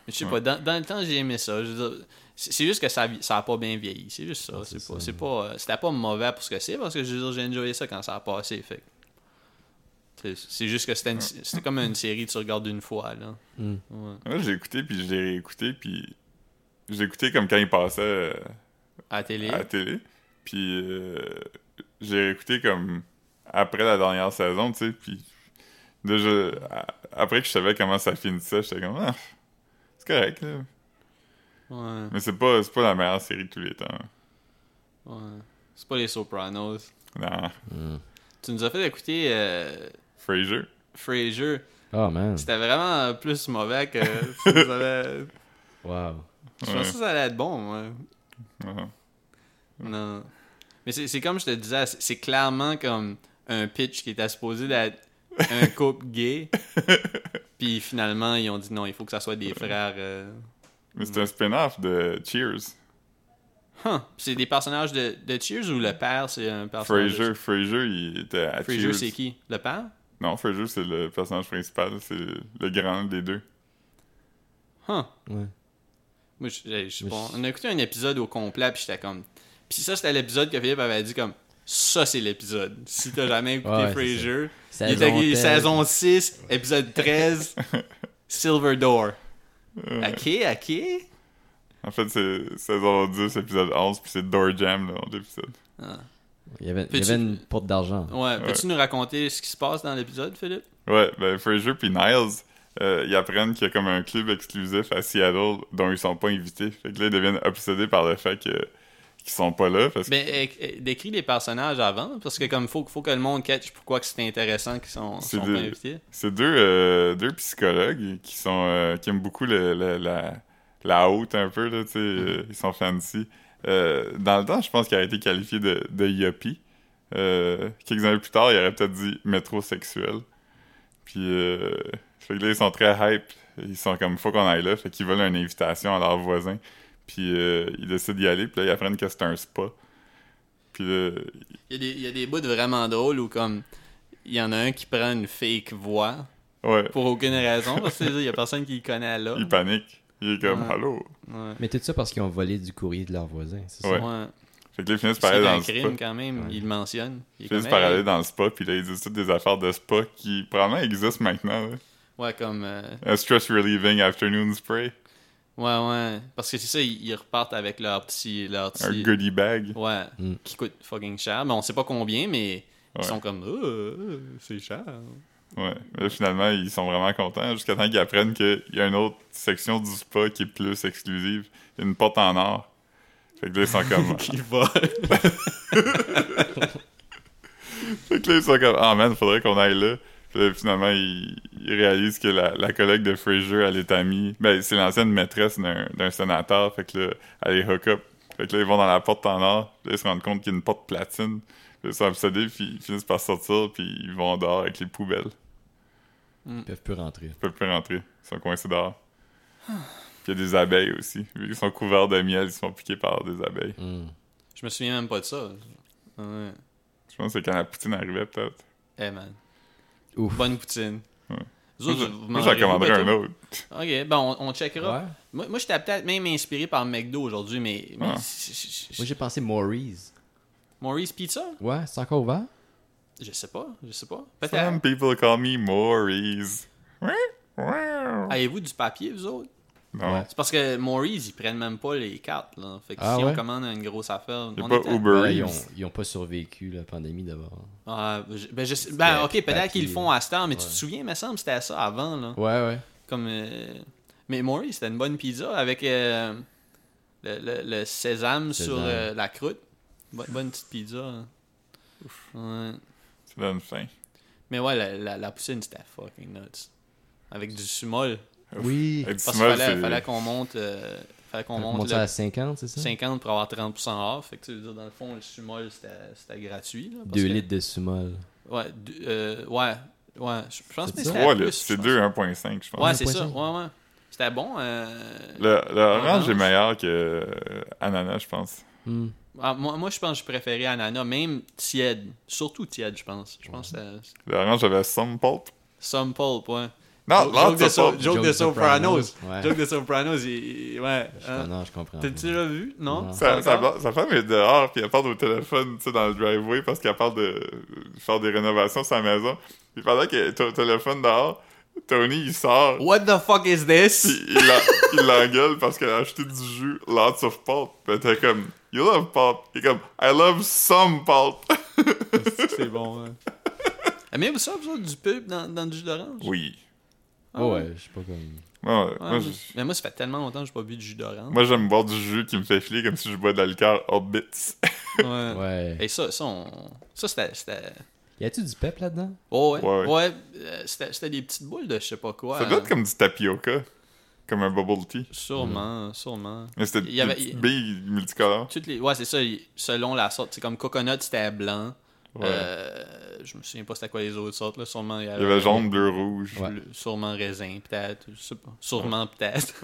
S2: Mais je sais
S1: Ouais.
S2: pas, dans, dans le temps, j'ai aimé ça. Je veux dire, c'est c'est juste que ça, vi- ça a pas bien vieilli. C'est juste ça.
S3: Ouais,
S2: C'est
S3: c'est
S2: pas,
S3: ça.
S2: c'est pas, euh, c'était pas mauvais pour ce que c'est parce que je veux dire, j'ai enjoyé ça quand ça a passé. Fait que- c'est- C'est juste que c'était une- c'était comme une série que tu regardes une fois, là.
S3: Hmm.
S2: Ouais.
S1: Moi, j'ai écouté, puis je l'ai réécouté, puis. J'ai écouté comme quand il passait euh,
S2: À la télé.
S1: à la télé, puis. euh, j'ai réécouté comme. Après la dernière saison, tu sais, puis. Déjà, a- après que je savais comment ça finissait, j'étais comme. Ah, c'est correct, là.
S2: Ouais,
S1: Mais c'est pas, c'est pas la meilleure série de tous les temps.
S2: ouais. C'est pas les Sopranos.
S1: Non.
S3: Hmm.
S2: Tu nous as fait écouter euh,
S1: Frasier.
S2: Frasier.
S3: Oh man.
S2: C'était vraiment plus mauvais que. ça nous avait-
S3: Wow.
S2: Je
S1: Ouais.
S2: pensais que ça allait être bon, moi.
S1: Ouais.
S2: Non. Mais c'est c'est comme je te disais, c'est c'est clairement comme un pitch qui était supposé d'être un couple gay. Puis finalement, ils ont dit non, il faut que ça soit des frères. euh.
S1: Mais c'est un spin-off de Cheers.
S2: Huh. C'est des personnages de, de Cheers ou le père, Ah, c'est un personnage.
S1: Frasier,
S2: de-
S1: Frasier, il était à
S2: Frasier,
S1: Cheers.
S2: c'est qui Le père
S1: Non, Frasier, c'est le personnage principal. C'est le grand des deux.
S2: Huh.
S3: Ouais.
S2: Moi, je, je- je sais
S3: Mais
S2: pas.
S3: c'est-
S2: On a écouté un épisode au complet, puis j'étais comme. Puis ça, c'était l'épisode que Philippe avait dit comme. Ça, c'est l'épisode. Si t'as jamais écouté
S3: Ouais, c'est
S2: Frasier, il
S3: Saison
S2: était il est
S3: telle.
S2: saison 6,
S3: <laughs>
S2: épisode 13, Silver Door.
S1: Euh,
S2: À qui À qui
S1: En fait, c'est saison 10, épisode 11, puis c'est Door Jam, le nom de l'épisode.
S2: Ah.
S3: Il y avait, il y
S2: Peux-tu-
S3: avait une porte d'argent.
S2: Ouais, peux-tu nous raconter ce qui se passe dans l'épisode, Philippe
S1: Ouais, ben Frasier puis Niles, euh, ils apprennent qu'il y a comme un club exclusif à Seattle dont ils sont pas invités. Fait que là, ils deviennent obsédés par le fait que- qu'ils sont pas là. Parce que...
S2: Ben, eh, eh, décris les personnages avant, parce que comme faut, faut que le monde catch pourquoi que c'est intéressant qu'ils sont,
S1: C'est
S2: sont
S1: des-
S2: pas invités.
S1: C'est deux, euh, deux psychologues qui sont euh, qui aiment beaucoup le- le- la, la haute un peu, là, tu sais, euh, ils sont fancy. Euh, dans le temps, je pense qu'il a été qualifié de, de yuppie. Euh, quelques années plus tard, il aurait peut-être dit métrosexuel. Puis, euh, fait que là, ils sont très hype. Ils sont comme, faut qu'on aille là. Fait qu'ils veulent une invitation à leur voisin. Puis, euh, ils décident d'y aller. Puis là, ils apprennent que c'est un spa. Puis là,
S2: Il y, a des, il y a des bouts vraiment drôles où comme il y en a un qui prend une fake voix
S1: ouais,
S2: pour aucune raison, parce qu'il y a personne qui le connaît là.
S1: ils paniquent. Il est comme,
S2: Ouais.
S1: allô?
S2: Ouais.
S3: Mais tout ça parce qu'ils ont volé du courrier de leurs voisins, c'est ça?
S1: Ouais.
S2: Ouais.
S1: Fait que là, ils finissent par aller
S2: C'est
S1: dans
S2: un
S1: le spa.
S2: crime quand même,
S3: Ouais.
S2: il le mentionne. Il est
S1: Ils finissent
S2: comme,
S1: par
S2: hey.
S1: aller dans le spa, puis là, ils disent toutes des affaires de spa qui probablement existent maintenant. là.
S2: Ouais, comme. euh,
S1: Un stress relieving afternoon spray,
S2: Ouais, ouais. Parce que c'est ça, ils, ils repartent avec leur petit. Leur
S1: un
S2: petit...
S1: goodie bag.
S2: Ouais,
S3: Mm.
S2: qui coûte fucking cher. Mais on sait pas combien,
S1: Ouais.
S2: mais ils sont comme, Euh, euh, c'est cher. <laughs>
S1: Ouais. Mais là, finalement, ils sont vraiment contents jusqu'à temps qu'ils apprennent qu'il y a une autre section du spa qui est plus exclusive. Il y a une porte en or. Fait que là, ils sont
S2: <laughs>
S1: comme. ah,
S2: Qui va.
S1: fait que là, ils sont comme. Ah man, faudrait qu'on aille là. Puis là, finalement, ils, ils réalisent que la, la collègue de Fraser, elle est amie. Ben, c'est l'ancienne maîtresse d'un d'un sénateur. Fait que là, elle est hook up. Fait que là, ils vont dans la porte en or. Puis là, ils se rendent compte qu'il y a une porte platine. Puis ils sont obsédés, puis ils finissent par sortir, puis ils vont dehors avec les poubelles.
S3: Ils peuvent plus rentrer.
S1: Ils peuvent plus rentrer. Ils sont coincés dehors. Puis il y a des abeilles aussi. Vu qu'ils sont couverts de miel, ils sont piqués par des abeilles.
S3: Hmm.
S2: Je me souviens même pas de ça. Ouais.
S1: Je pense que c'est quand la poutine arrivait, peut-être.
S2: Hey man.
S3: Ouf.
S2: Bonne poutine.
S1: Ouais.
S2: Vous
S1: Moi,
S2: autres,
S1: je-
S2: vous
S1: moi, j'en
S2: mangerez-vous,
S1: commanderais un
S2: bientôt?
S1: autre.
S2: Ok, ben on, on checkera.
S3: Ouais.
S2: Moi, moi j'étais peut-être même inspiré par McDo aujourd'hui, mais. mais
S1: Ah.
S2: c- c- c-
S3: Moi j'ai pensé Maurice.
S2: Maurice Pizza
S3: Ouais, c'est encore ouvert?
S2: Je sais pas, je sais pas.
S1: Some
S2: Peut-être.
S1: people call me Maurice. Non.
S2: Avez-vous du papier, vous autres C'est parce que Maurice, ils prennent même pas les cartes. Là. Fait que
S3: Ah
S2: si on
S3: ouais?
S2: commande une grosse affaire.
S1: C'est
S2: on
S1: pas
S2: est à-
S1: Uber
S3: Ouais, ils, ont,
S1: Eats.
S3: ils ont pas survécu la pandémie d'abord.
S2: Ah, je- ben, je sais- ben,
S3: C'était
S2: ok, peut-être
S3: papier.
S2: qu'ils le font à ce temps, mais tu te
S3: Ouais.
S2: souviens, me semble, c'était ça avant, là.
S3: Ouais, ouais.
S2: Comme. euh, Mais Maurice, c'était une bonne pizza avec euh, le, le- le sésame,
S3: Sésame.
S2: sur euh, la croûte. Bonne, bonne petite pizza. hein. Ouais.
S1: Ça donne faim.
S2: Mais ouais, la, la, la poutine, c'était fucking nuts. Avec du sumol.
S3: Oui.
S1: Être
S2: Parce qu'il
S1: small,
S2: fallait,
S1: c'est-
S2: fallait qu'on monte, euh, fallait qu'on
S3: On
S2: monte
S3: monte
S2: le
S3: ça à 50, c'est ça
S2: 50 pour avoir 30% off. Fait que, tu veux dire, dans le fond, le sumol, c'était c'était gratuit. là, parce
S3: 2
S2: que-
S3: litres de sumol.
S2: Ouais, deux- euh, ouais, ouais. Je je pense
S3: C'est
S2: que
S3: ça?
S2: c'était à
S1: Trois
S2: plus,
S1: litres,
S2: je
S1: c'est
S2: pense.
S1: 2, 1.5, je pense.
S2: Ouais, c'est ça.
S3: 1.5.
S2: Ouais, ouais. C'était bon. euh,
S1: Le, le orange est
S2: Orange.
S1: meilleur que euh, ananas, je pense.
S3: Hmm.
S2: ah, moi, moi, je pense que je préférais ananas, même tiède. Surtout tiède, je pense. Je pense que c'était-
S1: Le orange avait some pulp.
S2: Some pulp, ouais.
S1: Non,
S2: Joke-
S1: l'autre,
S2: joke de
S1: c'est
S2: so-
S1: pulp.
S2: joke de Sopranos.
S3: Ouais.
S2: Joke de Sopranos, il- il- ouais.
S3: Je
S1: Euh,
S2: hein.
S3: comprends- Non, je comprends.
S2: T'as-tu déjà vu? Non?
S3: Non.
S1: Sa, sa,
S2: Encore?
S1: bla- sa femme est dehors, puis elle parle au téléphone, tu sais, dans le driveway, parce qu'elle parle de faire des rénovations sur sa maison. Puis pendant qu'elle est au téléphone dehors, Tony, il sort,
S2: What the fuck is
S1: puis
S2: this?
S1: il la- il l'engueule parce qu'elle a acheté du jus, lots of pulp. Puis t'es comme, you love pulp. Il est comme, I love some pulp.
S2: <laughs>
S1: <laughs>
S2: C'est bon, ouais. Aimez-vous ça, vous autres, du pub dans, dans du jus d'orange?
S1: Oui.
S2: Ah
S3: Oh ouais, je suis pas comme.
S1: Moi,
S2: Ouais,
S1: moi,
S2: mais-
S1: je-
S2: Mais moi, ça fait tellement longtemps que j'ai pas bu de jus d'orange.
S1: moi, j'aime boire du jus qui me fait filer comme si je bois de l'alcool Orbitz. Euh,
S2: Ouais.
S3: Ouais.
S2: Et ça, ça, on- ça c'était. c'était-
S3: Y a-tu du pep là-dedans
S2: Oh, ouais,
S1: Ouais,
S2: ouais.
S1: ouais.
S2: euh, c'était c'était des petites boules de je sais pas quoi. hein.
S1: Ça doit être comme du tapioca, comme un bubble tea.
S2: Sûrement, sûrement.
S1: Mais c'était
S2: Il y avait-
S1: des petites billes multicolores.
S2: Toutes les... Ouais, c'est ça, il- selon la sorte. C'est comme coconut, c'était blanc.
S1: Ouais.
S2: Euh, je me souviens pas c'était quoi les autres sortes, là. Sûrement, il y
S1: Il y avait jaune, bleu, rouge.
S3: Ouais.
S2: bleu- Sûrement raisin, peut-être. Je sais pas. Sûrement,
S3: <laughs>
S2: peut-être.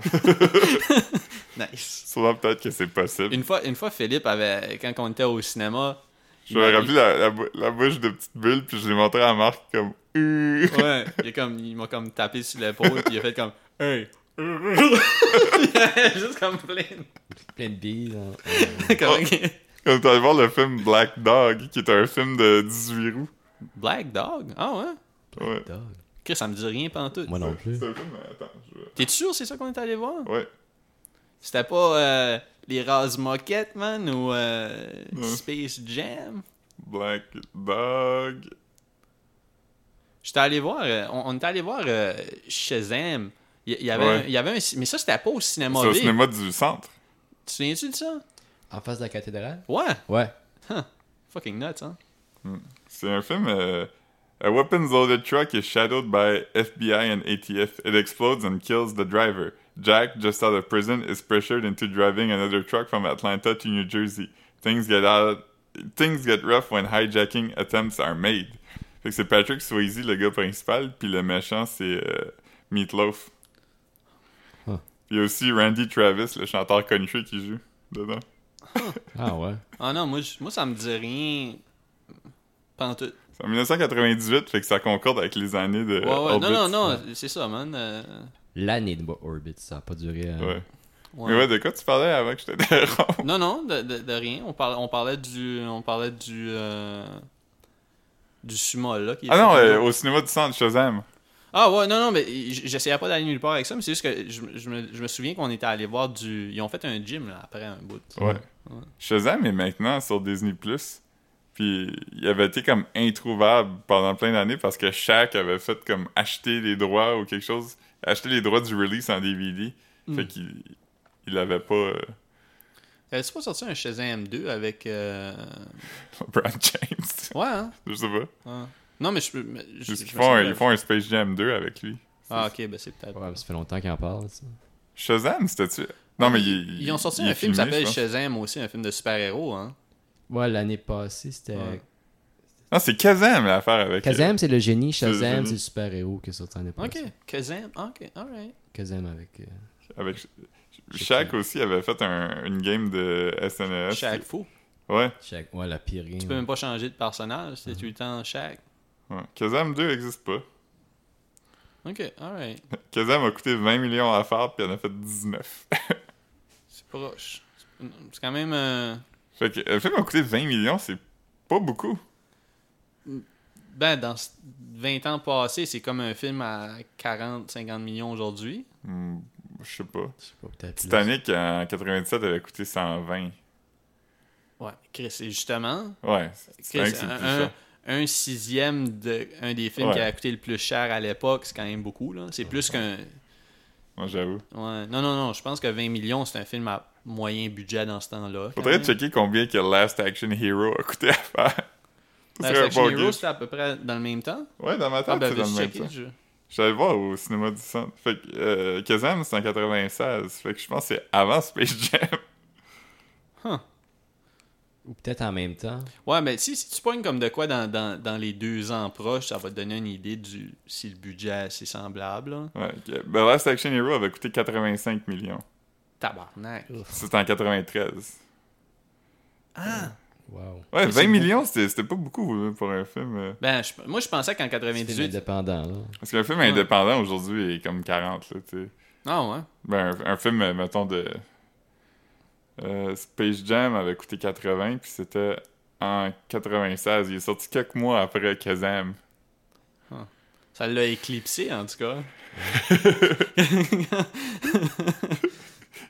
S2: nice.
S1: Souvent, peut-être que c'est possible.
S2: Une fois, une fois, Philippe avait. Quand on était au cinéma.
S1: Je me
S2: il-
S1: rappelle la, la, bou- la bouche de petite bulle, puis je l'ai montré à Marc comme. <laughs> Euh.
S2: Ouais, il, est comme, il m'a comme tapé sur l'épaule, puis il a fait comme Hey! <laughs> Juste comme plein.
S3: Plein de billes. hein.
S1: Ah.
S2: de- comme-
S1: On est allé voir le film Black Dog, qui est un film de 18 roues.
S2: Black Dog? Ah ouais?
S1: Ouais.
S3: Dog.
S2: Chris, ça me dit rien pantoute.
S3: Moi non plus.
S1: C'est un film, mais attends, je vais-
S2: T'es sûr c'est ça qu'on est allé voir?
S1: Ouais.
S2: C'était pas euh, les Raz Moquette, man, ou euh,
S1: Non.
S2: Space Jam?
S1: Black Dog.
S2: J'étais allé voir, euh, on, on était allé voir euh, Shazam. Il il y, avait
S1: Ouais.
S2: un- il y avait un ci- mais ça c'était pas au cinéma
S1: C'est au
S2: V.
S1: cinéma du centre.
S2: Tu te souviens-tu de ça?
S3: En face de la cathédrale
S2: Ouais,
S3: Ouais.
S2: fucking nuts, hein.
S1: C'est un film. euh, A weapons loaded truck is shadowed by FBI and ATF. It explodes and kills the driver. Jack, just out of prison, is pressured into driving another truck from Atlanta to New Jersey. Things get out. Things get rough when hijacking attempts are made. Fait que c'est Patrick Swayze, le gars principal, puis le méchant, c'est euh, Meatloaf.
S3: Huh.
S1: Puis il y a aussi Randy Travis, le chanteur country qui joue dedans.
S3: Ah ouais.
S2: Ah non, moi, je- moi ça me dit rien pantoute.
S1: C'est en 1998, fait que ça concorde avec les années de.
S2: Ouais, ouais.
S1: Orbit.
S2: non, non, non, c'est ça, man. euh,
S3: L'année de moi, Orbit, ça a pas duré. euh,
S1: Ouais.
S2: ouais.
S1: Mais ouais, de quoi tu parlais avant que
S2: <laughs>
S1: je t'interrompe?
S2: Non, non, de, de- de rien. On parlait, on parlait du. On parlait du. euh, du sumo, là. Qui est-
S1: Ah non, euh, au cinéma du centre, Shazam.
S2: Ah ouais, non, non, mais j- j'essayais pas d'aller nulle part avec ça, mais c'est juste que je, me- je me, je me souviens qu'on était allé voir du. Ils ont fait un gym, là, après un bout.
S1: Ouais. Shazam est maintenant sur Disney+. Puis il avait été comme introuvable pendant plein d'années parce que Shaq avait fait comme acheter les droits ou quelque chose. Acheter les droits du release en DVD.
S2: Mm.
S1: Fait qu'il il avait pas euh, <laughs>
S2: T'avais-tu pas sorti un Shazam 2 avec. euh,
S1: Brad James. <laughs>
S2: Ouais, hein?
S1: je sais pas.
S2: Ouais. Non, mais je peux. mais je-
S1: Juste
S2: je
S1: qu'ils
S2: me
S1: font, un-
S2: souviens-
S1: ils font un Space Jam 2 avec lui.
S2: Ah, ok, ben c'est peut-être.
S3: Ouais, mais ça fait longtemps qu'il en parle, ça.
S1: Shazam, c'était-tu? Non, mais il,
S2: Ils ont sorti
S1: il
S2: un
S1: est
S2: film qui
S1: filmé,
S2: s'appelle
S1: je pense.
S2: Shazam aussi, un film de super-héros, hein?
S3: Ouais, l'année passée, c'était.
S2: Ouais.
S1: Non, c'est Kazam l'affaire avec... euh,
S3: Kazam, c'est le génie.
S1: C'est le
S3: Shazam,
S1: génie.
S3: c'est le super-héros qui est sorti l'année
S2: Ok,
S3: passée.
S2: Kazam, ok, alright.
S3: Kazam avec. euh,
S1: Avec Shaq aussi avait fait un- une game de SNES.
S2: Shaq fou.
S1: Ouais,
S3: Shaq. Ouais, Mm. la pire game. hein.
S2: Tu peux même pas changer de personnage, c'est tout le temps Shaq.
S1: ouais. Kazam 2 n'existe pas.
S2: Ok, alright.
S1: Kazam a coûté 20 millions à faire puis il en a fait 19.
S2: C'est proche. C'est c'est quand même. euh,
S1: fait que le film a coûté 20 millions, c'est pas beaucoup.
S2: Ben, dans ce- 20 ans passés, c'est comme un film à 40, 50 millions aujourd'hui.
S1: Hmm, Je sais pas.
S3: Je sais pas, peut-être. plus.
S1: Titanic en 97 avait coûté 120.
S2: Ouais, Chris, c'est justement.
S1: Ouais, c'est
S2: Chris,
S1: Titanic, c'est le plus
S2: un,
S1: cher.
S2: un sixième de un des films
S1: Ouais.
S2: qui a coûté le plus cher à l'époque, c'est quand même beaucoup, là. C'est plus qu'un.
S1: Moi j'avoue.
S2: Ouais. Non, non, non, je pense que 20 millions, c'est un film à moyen budget dans ce temps-là. quand
S1: Faudrait
S2: même.
S1: checker combien que Last Action Hero a coûté à faire. <laughs> Ça
S2: Ben,
S1: serait un
S2: Section
S1: bon
S2: Hero,
S1: gif.
S2: c'était à peu près dans le même temps.
S1: Ouais, dans ma tête,
S2: Ah, ben,
S1: c'est dans
S2: j'ai
S1: le même
S2: checké.
S1: temps.
S2: je-
S1: J'allais le voir au cinéma du centre. Fait que euh, Kazam, c'est en 96. Fait que je pense que c'est avant Space Jam. <laughs>
S2: Huh.
S3: Ou peut-être en même temps.
S2: Ouais, mais si, si tu pognes comme de quoi dans, dans, dans les deux ans proches, ça va te donner une idée du si le budget c'est semblable. là.
S1: Ouais, ok. The Last Action Hero avait coûté 85 millions.
S2: Tabarnak.
S1: C'était en 93.
S2: Ah!
S3: Wow.
S1: Ouais,
S2: Mais
S1: 20
S2: c'est
S1: millions, c'était c'était pas beaucoup là, pour un film. euh.
S2: Ben, je- moi je pensais qu'en
S3: C'est
S2: 98.
S3: indépendant, là.
S1: Parce qu'un film
S2: Ouais.
S1: indépendant aujourd'hui est comme 40, là, tu sais.
S2: Ah ouais.
S1: Ben, un, un film, euh, mettons, de. euh, Space Jam avait coûté 80, puis c'était en 96. Il est sorti quelques mois après Kazam.
S2: Ça l'a éclipsé en tout
S1: <laughs>
S2: cas. <laughs>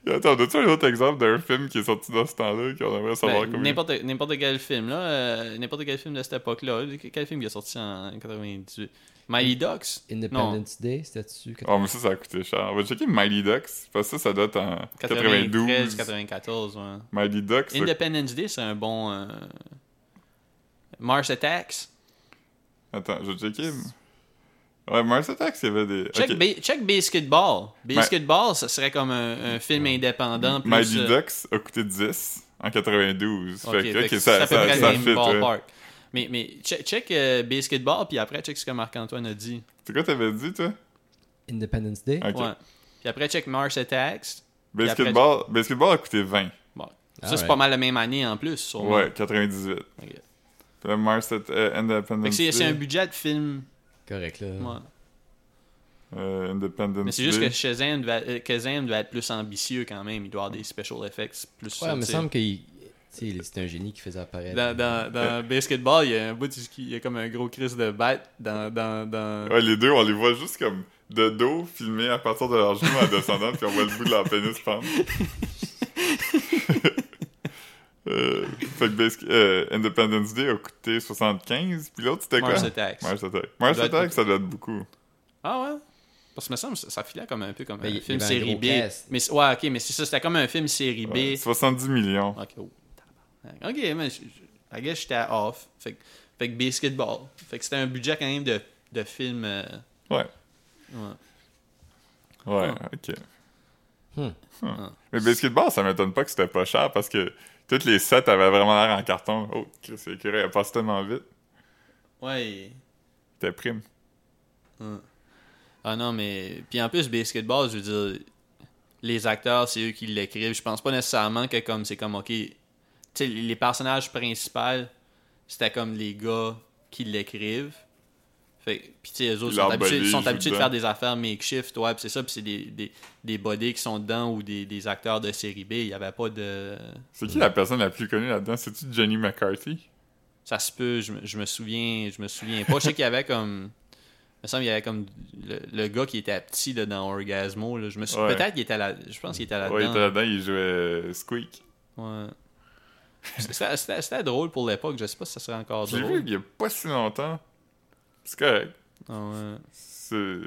S1: Attends, as-tu un autre exemple d'un film qui est sorti dans ce temps-là qu'on aimerait savoir
S2: Ben,
S1: combien
S2: n'importe, n'importe quel film, là. euh, n'importe quel film de cette époque-là. Quel film qui est sorti en 98 Mighty Ducks
S3: Independence Day, c'était-tu?
S1: Oh, mais ça, ça a coûté cher. On va checker Mighty Ducks, parce que ça, ça date en 92.
S2: 94, ouais.
S1: Mighty Ducks, ça-
S2: Independence Day, c'est un bon. euh, Mars Attacks.
S1: Attends, je vais checker. Ouais, Mars Attacks, il y avait des...
S2: Check,
S1: Ok. Ben,
S2: Ba- check Basketball. Basketball, ça serait comme un, un film indépendant. Plus,
S1: Mighty
S2: euh,
S1: Ducks a coûté 10 en 92.
S2: ok,
S1: fait que
S2: fait
S1: ok,
S2: que c'est
S1: ça,
S2: à peu
S1: ça,
S2: près
S1: ça
S2: le même
S1: fit, ouais.
S2: ballpark. Mais, mais check, check, euh, Basketball, puis après, check ce que Marc-Antoine a dit.
S1: C'est quoi t'avais dit, toi?
S3: Independence Day?
S1: Ok.
S2: Ah. Ouais. Puis après, check Mars Attacks.
S1: Basketball, basketball a coûté 20.
S2: Bon. Ça,
S3: Alright.
S2: c'est pas mal la même année en plus. sûrement.
S1: Ouais, 98.
S2: Ok.
S1: Puis là, Mars At- euh, Independence
S2: Fait que c'est, c'est
S1: Day,
S2: un budget de film.
S3: Correct, là.
S2: ouais.
S1: euh, Independence
S2: Mais c'est juste
S1: Day.
S2: que Shazam devait, euh, Kazam devait être plus ambitieux quand même. Il doit avoir des special effects plus.
S3: Ouais,
S2: euh,
S3: il me
S2: t'sais.
S3: semble que c'était un génie qui faisait apparaître.
S2: Dans, dans, dans Basketball, il y a un bout du ski, il y a comme un gros crise de bête dans. dans, dans...
S1: Ouais, les deux, on les voit juste comme de dos, filmés à partir de leur genou en descendant, puis on voit le bout de leur pénis pendre. Euh, fait que Bas- euh, Independence Day a coûté 75, puis l'autre c'était quoi?
S2: Mars Attacks.
S1: Mars Attack. Mars
S2: Ça doit être
S1: Attack, ça doit être beaucoup.
S2: Ah ouais? Parce que me semble ça, ça filait comme un peu comme
S3: Ben, il y
S2: un film
S3: avait un
S2: série
S3: gros
S2: B.
S3: cast.
S2: Mais c'est- ouais, ok, mais c'est ça, c'était comme un film série
S1: Ouais,
S2: B.
S1: 70 millions.
S2: Ok, oh, tabarnak. Ok, mais je- je- I guess j'étais à off. Fait, que- fait que Basketball. Fait que c'était un budget quand même de, de film. euh,
S1: Ouais.
S2: ouais.
S1: Ouais,
S2: Ah.
S1: ok.
S3: Hmm.
S1: Hmm.
S2: Ah.
S1: Mais Basketball, ça m'étonne pas que c'était pas cher parce que toutes les sets avaient vraiment l'air en carton. Oh, Chris, l'écureuil, elle passe tellement vite.
S2: Ouais. et-
S1: C'était prime.
S2: hein. Ah non, mais. Puis en plus, basketball, je veux dire, les acteurs, c'est eux qui l'écrivent. Je pense pas nécessairement que comme c'est comme, ok. Tu sais, les personnages principaux, c'était comme les gars qui l'écrivent. Fait que- Puis, tu sais, eux autres
S1: Leur
S2: sont habitués,
S1: body
S2: sont
S1: joue
S2: habitués de
S1: dedans.
S2: faire des affaires makeshift, ouais, puis c'est ça, puis c'est des, des, des bodies qui sont dedans ou des, des acteurs de série B. Il y avait pas de.
S1: C'est qui la personne la plus connue là-dedans? C'est-tu Johnny McCarthy?
S2: Ça se peut, je, me- je me souviens, je me souviens pas. Je sais qu'il y avait comme. Il me semble qu'il y avait comme le, le gars qui était petit là, dans Orgasmo. Là. Je me sou-
S1: Ouais.
S2: Peut-être qu'il était là. Je pense qu'il était là-dedans.
S1: Ouais, il était là-dedans, il jouait euh, Squeak.
S2: Ouais. C'était- C'était c'était drôle pour l'époque. Je sais pas si ça serait encore
S1: J'ai vu
S2: Oh, drôle.
S1: il y a pas si longtemps. C'est correct.
S2: Ah ouais.
S1: C'est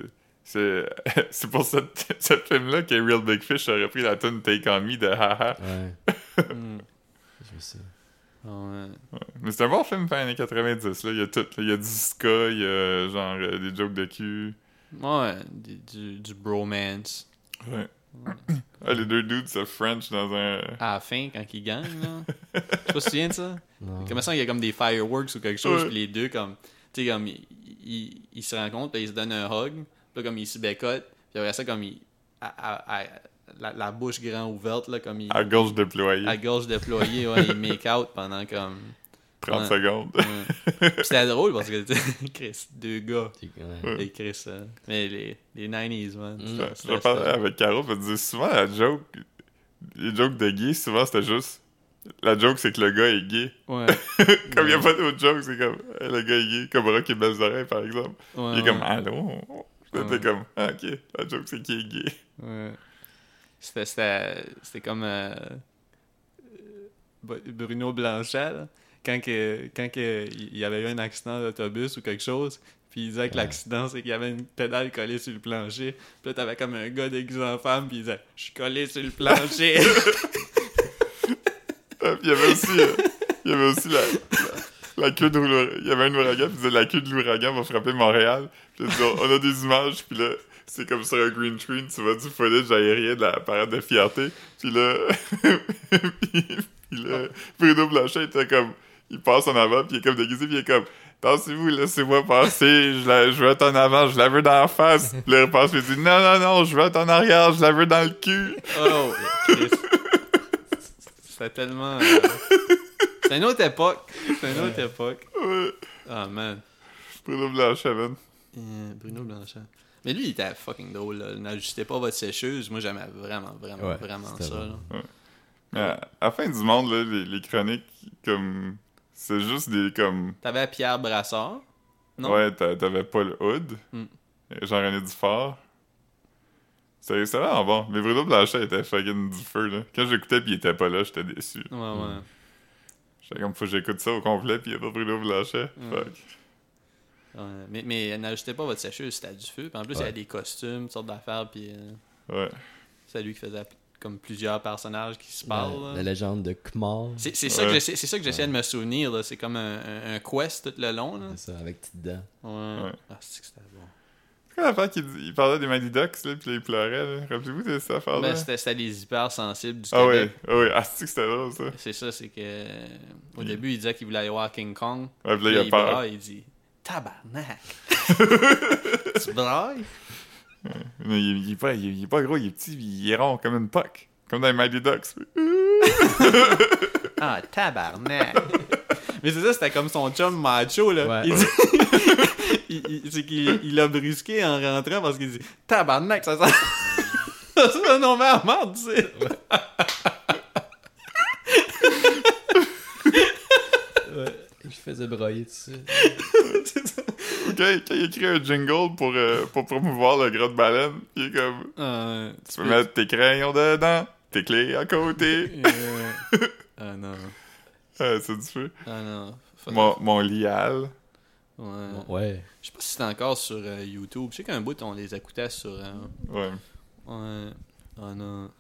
S1: c'est- <laughs> c'est pour cette, ce film-là que Real Big Fish a repris la tune Take On Me de Haha.
S3: Ouais,
S2: Mm.
S3: je sais.
S2: Ah ouais.
S1: Mais c'est un bon film fin années 90. Là. Il y a tout. là. Il y a du ska, il y a genre euh, des jokes de cul.
S2: Ouais, du, du, du bromance.
S1: Ouais. Ah, les deux dudes se French dans un.
S2: À la fin, quand il gagne,
S1: <laughs>
S2: là. Je sais pas si tu te souviens de ça?
S3: Non.
S2: Comme ça, il y a comme des fireworks ou quelque chose,
S1: Ouais.
S2: puis les deux, comme, tu sais, comme, ils, ils- ils se rencontrent, puis ils se donnent un hug, puis là, comme, ils se bécotent, puis après ça, comme, ils, à- à- à- la, la bouche grand ouverte, là, comme, ils,
S1: À gauche déployée.
S2: à gorge déployée, ouais, ils make out pendant comme.
S1: 30
S2: ouais.
S1: secondes.
S2: ouais.
S1: <laughs>
S2: Puis c'était drôle parce que, tu sais, <laughs> Chris, deux gars,
S3: C'est- ouais.
S1: Ouais.
S2: et Chris, euh, mais les, les 90s, man.
S3: Mm.
S1: Ouais,
S2: c'était-
S1: Je
S2: c'était-
S1: parlais avec Caro, elle me disait souvent la joke. Les jokes de gay, souvent c'était juste. La joke, c'est que le gars est gay. <laughs>
S2: Ouais.
S1: Comme il n'y a pas d'autre joke, c'est comme. hey, le gars est gay. Comme Rock et Belles Oreilles, par exemple.
S2: ouais,
S1: il est comme.
S2: ouais.
S1: Allô? Là, T'es
S2: Ouais.
S1: comme. Ah, ok. La joke, c'est qu'il est gay.
S2: Ouais. C'était, c'était, c'était comme euh, euh, Br- Bruno Blanchet, là, quand, que, quand que il y avait eu un accident d'autobus ou quelque chose, puis il disait que
S3: Ouais.
S2: l'accident, c'est qu'il y avait une pédale collée sur le plancher. Puis là, t'avais comme un gars déguisé en femme, puis il disait « Je suis collé sur le plancher!
S1: euh, Ah, puis il y avait aussi. euh, il y avait aussi la. la- la queue de l'ouragan. Il y avait un ouragan, puis il disait la queue de l'ouragan va frapper Montréal. Puis il disait, on a des images, puis là, c'est comme sur un green screen, tu vois du footage aérien de la parade de fierté. Puis là, <laughs> puis, puis là Bruno Blanchet était comme, il passe en avant, puis il est comme déguisé, puis il est comme, Tassez-vous, laissez-moi passer, je, la, je veux être en avant, je la veux dans la face. Puis le repas, il dit, non, non, non, je veux être en arrière, je la veux dans le cul.
S2: <laughs> Oh, Chris. C'était tellement. euh, C'est une autre époque. C'est une autre époque.
S1: Ouais.
S2: Ah, man.
S1: Bruno Blanchet, man.
S2: Euh, Bruno Blanchet. Mais lui, il était fucking drôle. là. N'ajustez pas votre sécheuse. Moi, j'aimais vraiment, vraiment,
S3: Ouais,
S2: vraiment
S3: c'était
S2: ça.
S3: bon.
S2: là.
S1: Mais à, à la fin du monde, là, les, les chroniques, comme. C'est juste des. comme
S2: T'avais Pierre Brassard. Non.
S1: Ouais, t'a- t'avais Paul Hood,
S2: Mm.
S1: et Jean-René Dufort. C'était c'était vraiment bon. Mais Bruno Blanchet était fucking du feu, là. Quand j'écoutais pis il était pas là, j'étais déçu.
S2: Ouais,
S3: Mm.
S2: ouais.
S1: J'étais comme, faut que j'écoute ça au complet pis y a pas Bruno Blanchet.
S2: Mm.
S1: Fuck.
S2: Ouais. Mais, mais n'ajustez pas votre sécheuse, c'était du feu. Puis en plus, il y
S3: Ouais.
S2: a des costumes, toutes sortes d'affaires. Puis euh,
S1: Ouais.
S2: c'est lui qui faisait comme plusieurs personnages qui se
S3: La,
S2: parlent. là.
S3: la légende de Kmar.
S2: hein. C'est c'est ça que
S1: Ouais.
S2: j'essaie- c'est ça que j'essayais de me souvenir. là. C'est comme un, un- un quest tout le long. Là.
S3: C'est ça, avec petites dents.
S2: Ouais.
S1: Ouais.
S2: Ah, c'est que c'était bon.
S1: C'est quoi l'affaire qu'il dit- il parlait des Mighty Ducks, là, pis là, il pleurait, là. Rappelez-vous de cette affaire-là?
S2: Ben, c'était c'était les hyper sensibles du
S1: ah
S2: Québec.
S1: ouais, ah ouais, ah, c'est que c'était drôle, ça.
S2: C'est ça, c'est que euh, au
S1: Il-
S2: début, il disait qu'il voulait aller voir King Kong.
S1: Ouais, pis là,
S2: Puis
S1: il a
S2: il
S1: peur.
S2: braille, il dit
S1: <laughs>
S2: Tabarnak Tu brailles
S1: Mais il, il est pas, il, il est pas gros, il est petit, il est rond comme une poque. Comme dans les Mighty Ducks.
S2: Ah, tabarnak Mais c'est ça, c'était comme son chum macho, là.
S3: Ouais.
S2: Il dit- <laughs> il- il- c'est qu'il il l'a brusqué en rentrant parce qu'il dit Tabarnak, ça sent. <laughs> ça sent un nom à merde, tu sais.
S3: Je faisais broyer dessus.
S2: C'est ça.
S1: quand, quand il écrit un jingle pour, euh, pour promouvoir le grotte baleine, il est comme
S2: Euh,
S1: Tu peux mettre tes crayons dedans, tes clés à
S2: <laughs>
S1: côté.
S2: Euh, Ah non.
S1: Euh, c'est du feu.
S2: Ah non. Faut-
S1: Mon, mon lial.
S2: Ouais.
S3: Ouais.
S2: Je sais pas si c'est encore sur euh, YouTube. Je sais qu'un bout, on les écoutait sur. euh,
S1: Ouais.
S2: Ouais. Ah non.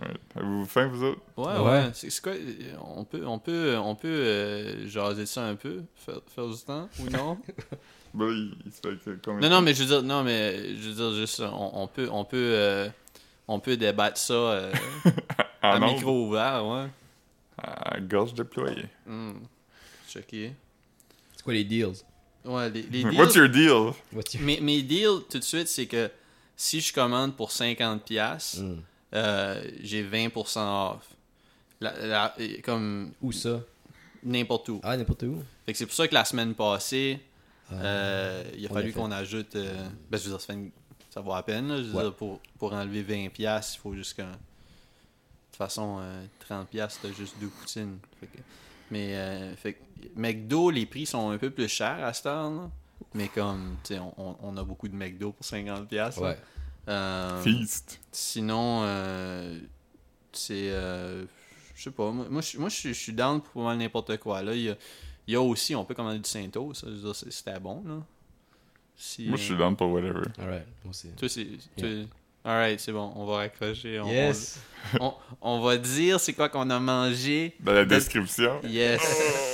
S1: ouais. Avez-vous faim, vous autres
S2: Ouais, ouais.
S3: Ouais.
S2: C'est c'est quoi euh, On peut, on peut, on peut euh, jaser ça un peu, faire, faire du temps ou non
S1: Bah, il, il se fait que- combien
S2: Non, non, mais je veux dire, non, mais je veux dire juste, on, on peut, on peut, euh, on peut débattre ça euh, à
S1: En ondes?
S2: micro ouvert, ouais.
S1: À gorge déployée.
S2: Hmm. Checké.
S3: C'est quoi les deals?
S2: Ouais, les, les deals.
S1: What's your deal
S3: What's your...
S2: Mes, mes deals tout de suite, c'est que si je commande pour 50 pièces,
S3: Hmm.
S2: j'ai 20% off. La- la- et comme
S3: Où ça?
S2: n'importe où.
S3: Ah, n'importe où. Ah.
S2: Fait que c'est pour ça que la semaine passée, euh, il a
S3: on
S2: fallu
S3: l'a fait.
S2: qu'on ajoute. euh, ben, je veux dire, ça, fait une- ça vaut à peine. là. Je veux
S3: Ouais.
S2: dire, pour, pour enlever 20$, piastres, il faut juste qu'un. De toute façon, euh, 30$, piastres, t'as juste deux poutines. Fait que- mais euh, fait que McDo, les prix sont un peu plus chers à cette heure. là. Mais comme, tu sais, on, on- on a beaucoup de McDo pour 50$. piastres, là.
S3: Ouais.
S2: Euh,
S1: Feast.
S2: Sinon, euh, c'est. euh, je sais pas. Moi, moi, je suis- moi, je suis- je suis down pour pas mal n'importe quoi. Là, il y a, il y a aussi, on peut commander du Sainto. Ça, je veux dire, c'est- c'était bon, là. Si,
S1: Moi,
S2: euh,
S1: je suis down pour whatever.
S3: Alright, moi aussi.
S2: Toi, c'est. toi- Alright, c'est bon, on va raccrocher. On,
S3: Yes!
S2: on, on va dire c'est quoi qu'on a mangé.
S1: Dans la description. Oh.
S2: Yes.